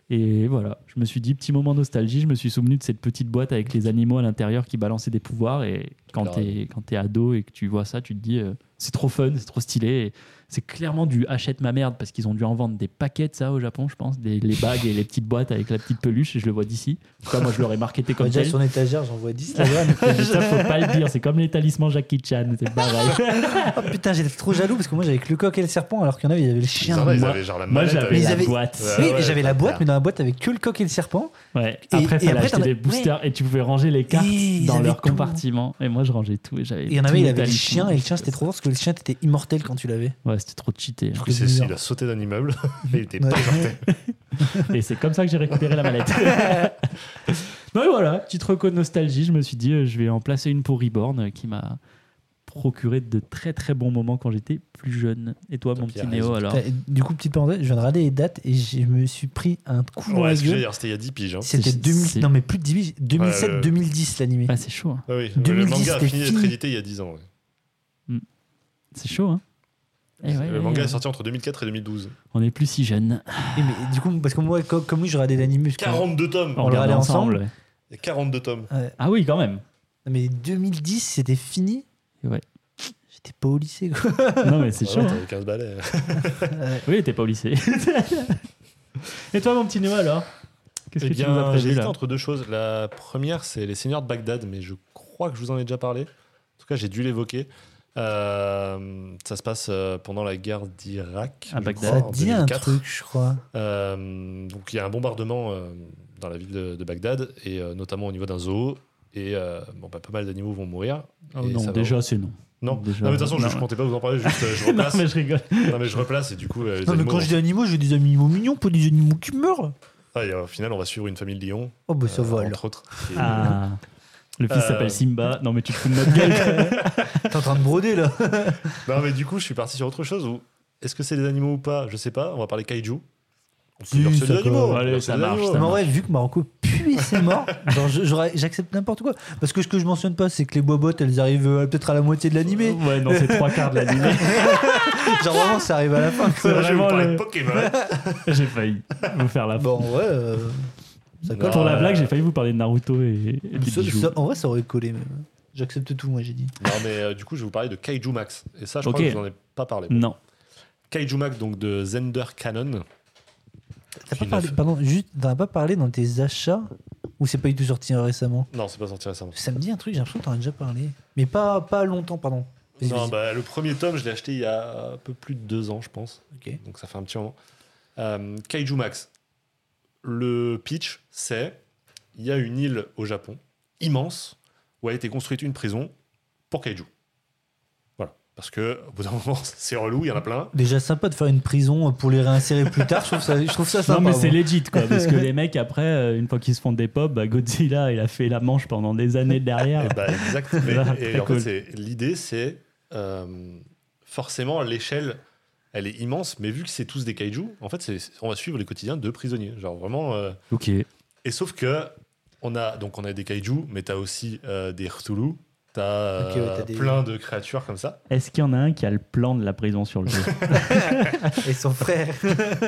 S1: Et voilà, je me suis dit, petit moment nostalgie, je me suis souvenu de cette petite boîte avec les animaux à l'intérieur qui balançaient des pouvoirs et quand
S4: Claro.
S1: t'es quand t'es ado et que tu vois ça, tu te dis euh, c'est trop fun, c'est trop stylé. et C'est clairement du achète ma merde parce qu'ils ont dû en vendre des paquets de ça au Japon, je pense, des, les bagues et les petites boîtes avec la petite peluche. Et je le vois d'ici. En tout cas, moi, je l'aurais marketé comme
S5: déjà,
S1: tel.
S5: sur étagère, j'en vois 10 là-bas.
S1: Mais ça, faut pas le dire. C'est comme les talismans Jackie Chan, c'est pareil.
S5: Oh putain, j'étais trop jaloux parce que moi j'avais que le coq et le serpent alors qu'il y en avait, il y avait le
S4: Ils
S5: chien.
S4: en avaient- ils
S1: moi-
S4: avaient genre la
S1: Moi,
S4: mallette euh,
S1: j'avais
S4: avec-
S5: ils
S1: la
S5: avaient-
S1: boîte.
S4: Ouais.
S5: Oui, et j'avais la boîte,
S4: putain.
S5: mais dans la boîte avec que le coq et le serpent.
S1: Ouais.
S5: Et-
S1: après,
S5: et
S1: fallait
S5: après,
S1: acheter
S5: t'en as-
S1: des boosters et tu pouvais ranger les cartes
S5: Et ils
S1: dans
S5: avaient
S1: leur
S5: tout.
S1: compartiment. Et moi, je rangeais tout et j'avais.
S5: Et il y en
S1: tous
S5: avait, il
S1: mes
S5: avait le
S1: talismans.
S5: chien et le chien c'était trop fort parce que le chien était immortel quand tu l'avais.
S1: Ouais, c'était trop cheaté. hein.
S4: Du coup, c'est- il a sauté d'un immeuble et il était pas
S5: Ouais.
S4: mortel.
S1: Et c'est comme ça que j'ai récupéré la mallette. non, et voilà, petite reco de nostalgie. Je me suis dit, euh, je vais en placer une pour Reborn euh, qui m'a procuré de très très bons moments quand j'étais plus jeune. Et toi,
S4: Tant
S1: mon
S4: pis,
S1: petit
S4: elle a
S1: Néo,
S4: raison.
S1: alors
S5: Putain, et Du coup, petite parenthèse, je viens de regarder les dates et je me suis pris un coup dans la
S4: Ouais, ce que j'allais
S5: gueule.
S4: dire, c'était il y a 10 piges. hein.
S5: C'était
S1: C'est-
S5: 2000,
S1: c'est-
S5: non mais plus de 10,
S4: Ouais,
S5: 2007,
S4: le-
S5: 2010 l'animé.
S1: Ah, c'est chaud, hein.
S4: Ah oui, le
S5: 2010,
S4: manga a
S5: c'était
S4: fini d'être
S5: fini.
S4: édité il y a 10 ans. ouais.
S1: c'est chaud. Hein. Eh ouais,
S4: le
S1: ouais,
S4: manga
S1: ouais.
S4: est sorti entre 2004 et 2012.
S1: On est plus si jeune.
S5: Et mais du coup, parce que moi, co- comme lui, je regardais l'animé. parce que-
S4: 42 tomes
S1: On,
S5: le
S1: regardait
S5: regardait
S1: ensemble. ouais.
S4: Il y a 42 tomes.
S5: Ouais.
S1: Ah oui, quand même.
S5: Non, mais 2010, c'était fini.
S1: Ouais.
S5: J'étais pas au lycée. Quoi.
S1: Non, mais c'est
S4: Ah
S1: chaud.
S4: ouais,
S1: hein.
S4: t'avais 15 balais.
S1: Oui, t'es pas au lycée. Et toi, mon petit Néo, alors Qu'est-ce
S4: Eh
S1: que tu nous as
S4: bien, j'ai
S1: prévu
S4: hésité
S1: là
S4: entre deux choses. La première, c'est Les Seigneurs de Bagdad, mais je crois que je vous en ai déjà parlé. En tout cas, j'ai dû l'évoquer. Euh, ça se passe euh, pendant la guerre d'Irak.
S1: À
S4: je
S1: Bagdad.
S4: crois,
S5: Ça
S4: en
S5: dit un
S4: 2004.
S5: truc, je crois.
S4: Euh, donc il y a un bombardement euh, dans la ville de, de Bagdad, et euh, notamment au niveau d'un zoo. Et euh, bon, bah, pas mal d'animaux vont mourir.
S1: Oh
S4: Et ça
S1: Non,
S4: va.
S1: déjà, c'est non.
S4: Non,
S1: Déjà,
S4: non mais de toute façon,
S1: non,
S4: je ne
S1: ouais.
S4: comptais pas vous en parler, juste euh, je
S1: Non,
S4: replace.
S1: mais je rigole.
S4: Non, mais je replace, et du coup, euh, les
S5: Non, mais
S4: animaux
S5: quand
S4: vont-
S5: je dis animaux, j'ai des animaux mignons, pas des animaux qui meurent.
S4: Ah, et, euh, au final, on va suivre une famille de lions,
S5: Oh, bah ça
S4: euh,
S5: vole.
S4: entre autres. qui est-
S1: Ah. Le fils
S4: Euh.
S1: s'appelle Simba. Non, mais tu te fous de notre gueule.
S5: T'es en train de broder là.
S4: Non, mais du coup, je suis parti sur autre chose. Où... Est-ce que c'est des animaux ou pas Je sais pas. On va parler kaiju.
S5: Si,
S4: Leur- c'est
S5: ça
S4: des
S5: peut-
S4: animaux.
S1: allez,
S4: Leur-
S1: ça
S4: c'est des
S1: marche,
S4: animaux.
S1: ça
S5: Mais en vrai, vu que Marocco pue c'est mort, genre, je- j'aurais- j'accepte n'importe quoi. Parce que ce que je mentionne pas, c'est que les bobottes, elles arrivent euh, peut-être à la moitié de l'animé.
S1: Ouais, non, c'est trois quarts de l'animé.
S5: Genre vraiment, ça arrive à la fin.
S1: C'est
S4: Là, je vais vous
S1: vraiment
S4: parler
S1: le-
S4: de Pokémon.
S1: J'ai failli vous faire la
S5: Bon, en vrai, euh, ça
S4: Non,
S5: colle.
S1: Pour la
S4: euh,
S1: blague, j'ai failli vous parler de Naruto et, et des
S5: Ça-
S1: bijoux.
S5: ça- en vrai, ça aurait collé même. J'accepte tout, moi j'ai dit.
S4: Non, mais euh, du coup, je vais vous parler de Kaiju Max. Et ça, je
S1: Ok.
S4: crois que je n'en ai pas parlé.
S1: Non.
S4: Kaiju Max, donc de Zender Cannon.
S5: T'as pas
S4: Une
S5: parlé,
S4: affaire.
S5: pardon, juste, t'en as pas parlé dans tes achats ou c'est pas du tout sorti euh, récemment
S4: Non, c'est pas sorti récemment.
S5: Ça me dit un truc, j'ai l'impression que t'en as déjà parlé. Mais pas, pas longtemps, pardon. Vas-y,
S4: Non,
S5: vas-y.
S4: bah, le premier tome, je l'ai acheté il y a un peu plus de deux ans, je pense.
S5: Ok.
S4: Donc ça fait un petit moment. Euh, Kaiju Max. Le pitch, c'est il y a une île au Japon, immense, où a été construite une prison pour Kaiju. Voilà. Parce que au bout d'un moment, c'est relou, il y en a plein.
S5: Déjà sympa de faire une prison pour les réinsérer plus tard, je trouve ça, je trouve ça
S1: Non,
S5: sympa. hein.
S1: mais c'est
S5: moi.
S1: legit, quoi. Parce que les mecs, après, euh, une fois qu'ils se font des pop, bah, Godzilla, il a fait la manche pendant des années derrière.
S4: Eh ben, exact. Mais-
S1: Ah,
S4: et
S1: très
S4: en
S1: cool.
S4: fait, c'est- l'idée, c'est euh, forcément l'échelle, elle est immense, mais vu que c'est tous des Kaiju, en fait, c'est- on va suivre les quotidiens de prisonniers. Genre vraiment. euh,
S1: Ok.
S4: Et sauf que on a donc on a des kaiju, mais t'as aussi euh, des Cthulhu, t'as euh,
S5: Ok, ouais, t'as des-
S4: plein de créatures comme ça.
S1: Est-ce qu'il y en a un qui a le plan de la prison sur le jeu
S5: Et son frère.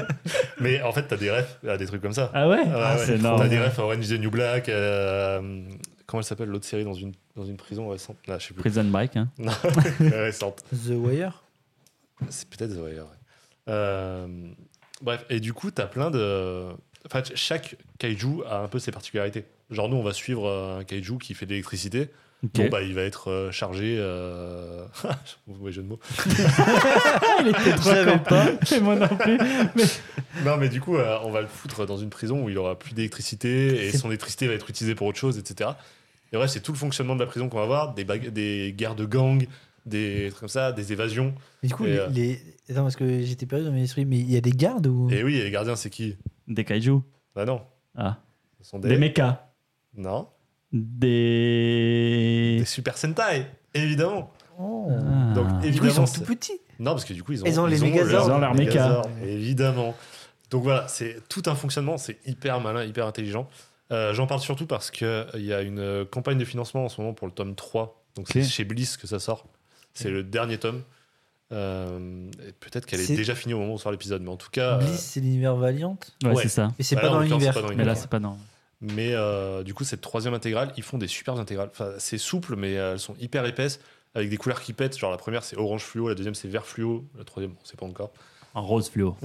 S4: Mais en fait, t'as des refs à des trucs comme ça.
S1: Ah ouais,
S4: Ouais,
S1: Ah,
S4: ouais.
S1: C'est énorme.
S4: T'as des refs à Orange is the New Black. euh, comment elle s'appelle l'autre série dans une dans une prison récente Ah, Je sais plus.
S1: Prison Break. Hein.
S4: Non, récente.
S5: The Wire
S4: C'est peut-être The Wire, ouais. Euh, bref, et du coup, t'as plein de. Enfin, ch- chaque kaiju a un peu ses particularités. Genre, nous, on va suivre euh, un kaiju qui fait de l'électricité.
S1: Ok.
S4: Bon, bah, il va être euh, chargé. Euh... Mauvais jeu de mots.
S1: il était
S5: Je savais pas.
S1: Et moi non plus. Mais...
S4: Non, mais du coup, euh, on va le foutre dans une prison où il aura plus d'électricité et
S5: C'est-
S4: son électricité va être utilisée pour autre chose, etc. Et bref, c'est tout le fonctionnement de la prison qu'on va avoir des, bague- des guerres de gangs, des trucs comme ça, des évasions.
S5: Mais du coup,
S4: Et,
S5: les,
S4: euh,
S5: les- Attends, parce que j'étais perdu dans mes esprits, mais il y a des gardes ou.
S4: Et oui, et les gardiens, c'est qui
S1: Des kaiju.
S4: Bah non.
S1: Ah.
S4: Ce sont
S1: Des mechas.
S4: Non.
S1: Des.
S4: Des Super Sentai, évidemment.
S5: Oh.
S1: Ah.
S4: Donc, et-
S5: Du coup, ils sont
S4: évidemment,
S5: tout
S4: c'est-
S5: petits.
S4: Non, parce que du coup, ils ont,
S5: Ils ont les
S4: leur-
S5: Megazords.
S1: Ils ont leur méca.
S4: Megazords, Évidemment. Donc voilà, c'est tout un fonctionnement, c'est hyper malin, hyper intelligent. Euh, J'en parle surtout parce qu'il y a une euh, campagne de financement en ce moment pour le tome 3. Donc
S1: Ok.
S4: c'est chez Bliss que ça sort. C'est le dernier tome. Euh, et Peut-être qu'elle est...
S5: C'est-
S4: déjà finie au moment où sort l'épisode, mais en tout cas. euh,
S5: Bliss, c'est l'univers Valiant.
S1: Ouais,
S4: ouais.
S1: c'est ça.
S5: Mais c'est
S4: bah
S5: pas
S4: là,
S5: dans
S4: en l'occurrence,
S5: l'univers.
S4: c'est pas dans
S1: Mais là,
S4: l'univers.
S1: c'est pas non.
S4: Mais euh, du coup, cette troisième intégrale, ils font des superbes intégrales. Enfin, c'est souple, mais euh, elles sont hyper épaisses, avec des couleurs qui pètent. Genre la première, c'est orange fluo, la deuxième, c'est vert fluo, la troisième, on sait pas encore.
S1: En rose fluo.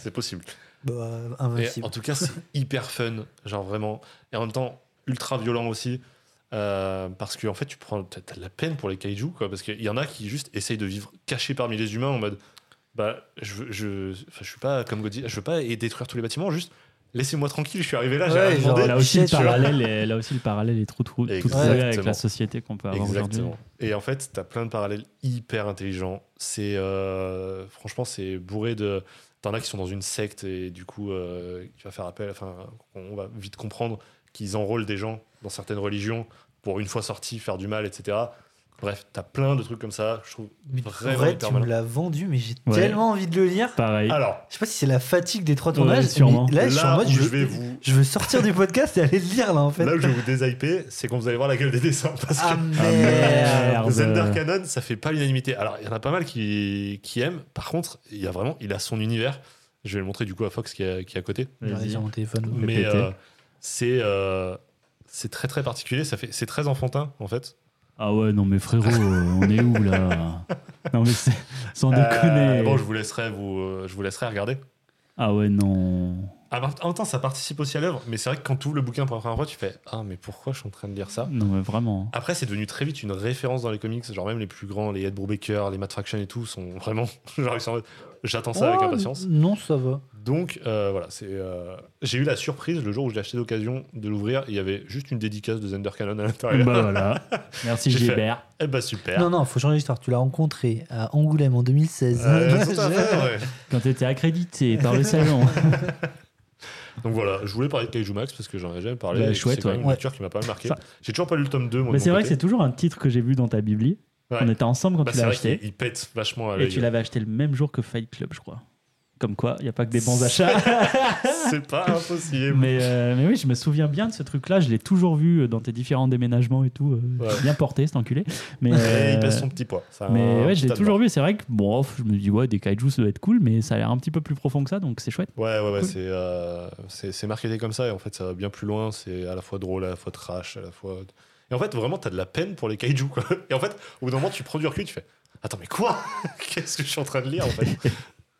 S4: c'est possible.
S5: Bah,
S4: Mais
S5: invincible.
S4: en tout cas, c'est hyper fun, genre vraiment. Et en même temps, ultra violent aussi. euh, parce que en fait, tu prends, t'as t'as de la peine pour les kaiju, quoi. Parce qu'il y en a qui juste essayent de vivre cachés parmi les humains en mode, bah, je, veux- je, enfin, je suis pas comme Godzilla, je veux pas et détruire tous les bâtiments, juste laissez-moi tranquille, je suis arrivé là, j'ai
S5: Ouais,
S4: rien
S5: genre,
S4: demandé.
S1: Là aussi, le
S5: Shit, tu vois.
S1: parallèle est, là aussi, le parallèle est trop trou- tout
S4: Exactement.
S1: trouvé avec la société qu'on peut avoir aujourd'hui.
S4: Exactement. Et en fait, t'as plein de parallèles hyper intelligents. C'est euh, franchement, c'est bourré de. T'en as qui sont dans une secte et du coup, euh, tu vas faire appel. Enfin, on va vite comprendre qu'ils enrôlent des gens dans certaines religions pour une fois sortis faire du mal, etc. Bref, t'as plein de trucs comme ça. Je trouve
S5: Mais
S4: vraiment
S5: vrai,
S4: hyper
S5: tu me
S4: malin.
S5: l'as vendu, mais j'ai
S1: Ouais.
S5: tellement envie de le lire.
S1: Pareil.
S4: Alors,
S5: Je sais pas si c'est la fatigue des trois
S1: Ouais,
S5: tournages.
S1: sûrement.
S5: mais là, je suis en
S4: Là
S5: mode,
S4: où
S5: je,
S4: je vais vous-
S5: je veux sortir du podcast et aller le lire, là, en fait.
S4: là où je vais vous déshyper, c'est quand vous allez voir la gueule des dessins. Parce que
S5: Ah
S1: merde.
S5: merde.
S1: Merde.
S4: Zelda Canon, ça fait pas l'unanimité. Alors, il y en a pas mal qui, qui aiment. Par contre, il y a vraiment, il a son univers. Je vais le montrer du coup à Fox qui est, qui est à côté.
S5: J'en ai
S1: Vas-y.
S5: sur mon téléphone.
S1: fait
S4: Mais
S1: péter.
S4: euh, c'est euh, c'est très très particulier. Ça fait c'est très enfantin en fait.
S1: Ah ouais, non mais frérot, euh, on est où là Non mais c'est- sans
S4: Euh,
S1: déconner.
S4: bon, je vous laisserai vous euh, je vous laisserai regarder.
S1: Ah ouais, non.
S4: Ah, par- En même temps, ça participe aussi à l'œuvre. Mais c'est vrai que quand tu ouvres le bouquin pour la première fois, tu fais ah mais pourquoi je suis en train de lire ça
S1: Non mais vraiment.
S4: Après, c'est devenu très vite une référence dans les comics. Genre, même les plus grands, les Ed Brubaker, les Matt Fraction et tout, sont vraiment. Genre, ils sont en mode, J'attends ça avec
S5: Oh,
S4: impatience.
S5: Non, ça va.
S4: Donc, euh, voilà. c'est euh, J'ai eu la surprise le jour où je l'ai acheté d'occasion de l'ouvrir. Il y avait juste une dédicace de Zender Cannon à l'intérieur.
S1: bah voilà. Merci
S4: J'ai fait.
S1: Gilbert.
S4: Eh bah, super.
S5: Non, non, faut changer l'histoire. Tu l'as rencontré à Angoulême en 2016.
S4: Euh, tout à fait, ouais.
S1: Quand t'étais accrédité par le salon.
S4: Donc voilà, je voulais parler de Kaiju Max parce que j'en ai jamais parlé.
S1: Bah,
S4: et que
S1: chouette,
S4: c'est quand
S1: ouais.
S4: même une
S5: Ouais.
S4: lecture qui m'a pas mal marqué.
S1: Ça-
S4: J'ai toujours pas lu le tome 2. Moi,
S1: mais
S4: de
S1: c'est
S4: mon
S1: vrai que
S4: côté.
S1: c'est toujours un titre que j'ai vu dans ta bibli.
S4: Ouais.
S1: On était ensemble quand
S4: Bah,
S1: tu
S4: c'est
S1: l'as
S4: vrai
S1: acheté.
S4: qu'il il pète vachement à
S1: Et tu
S4: l'œil.
S1: l'avais acheté le même jour que Fight Club, je crois. Comme quoi, il n'y a pas que des bons achats.
S4: C'est pas impossible.
S1: mais, euh, mais oui, je me souviens bien de ce truc-là. Je l'ai toujours vu euh, dans tes différents déménagements et tout. euh,
S4: Ouais.
S1: Bien porté, cet enculé. Mais,
S4: Et
S1: euh,
S4: il pèse son petit poids. C'est un
S1: Mais ouais, je
S4: petit
S1: l'ai
S4: tas de
S1: toujours vu. C'est vrai que bon, off, je me dis ouais, des kaiju ça doit être cool, mais ça a l'air un petit peu plus profond que ça, donc c'est chouette.
S4: Ouais, ouais, ouais,
S1: Cool.
S4: c'est, euh, c'est, c'est marketé comme ça et en fait ça va bien plus loin. C'est à la fois drôle, à la fois trash, à la fois. Et en fait, vraiment, t'as de la peine pour les kaiju quoi. Et en fait, au bout d'un moment, tu prends du recul, tu fais Attends, mais quoi Qu'est-ce que je suis en train de lire en fait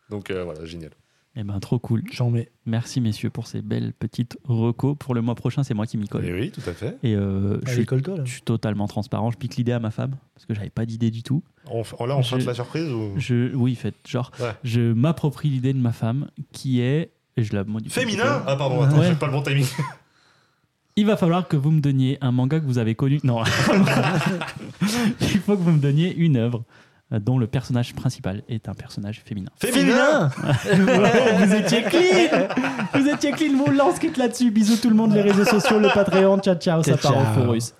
S4: Donc euh, voilà, génial.
S1: Eh ben, trop cool.
S5: J'en mets.
S1: Merci messieurs pour ces belles petites recos. Pour le mois prochain, c'est moi qui m'y colle.
S4: Et Eh oui, tout à fait.
S1: Et euh, je,
S5: Allez,
S1: suis,
S5: colle-toi, là.
S1: je suis totalement transparent. Je pique l'idée à ma femme parce que j'avais pas d'idée du tout.
S4: On, f- on- là, on
S1: Je-
S4: fait la surprise ou.
S1: Je, oui, fait genre,
S4: Hmm. Ouais.
S1: je m'approprie l'idée de ma femme qui est, et je la modifie. un petit
S4: Féminin
S1: peu.
S4: Ah, pardon, attends,
S1: Ouais.
S4: j'ai pas le bon timing.
S1: Il va falloir que vous me donniez un manga que vous avez connu. Non. Il faut que vous me donniez une œuvre euh, dont le personnage principal est un personnage féminin.
S4: Féminin
S1: Ouais, vous étiez clean Vous étiez clean, vous lance quitte là-dessus. Bisous tout le monde, les réseaux sociaux, le Patreon, ciao ciao, ça
S5: Ciao,
S1: part en
S5: ciao.
S1: faux russe.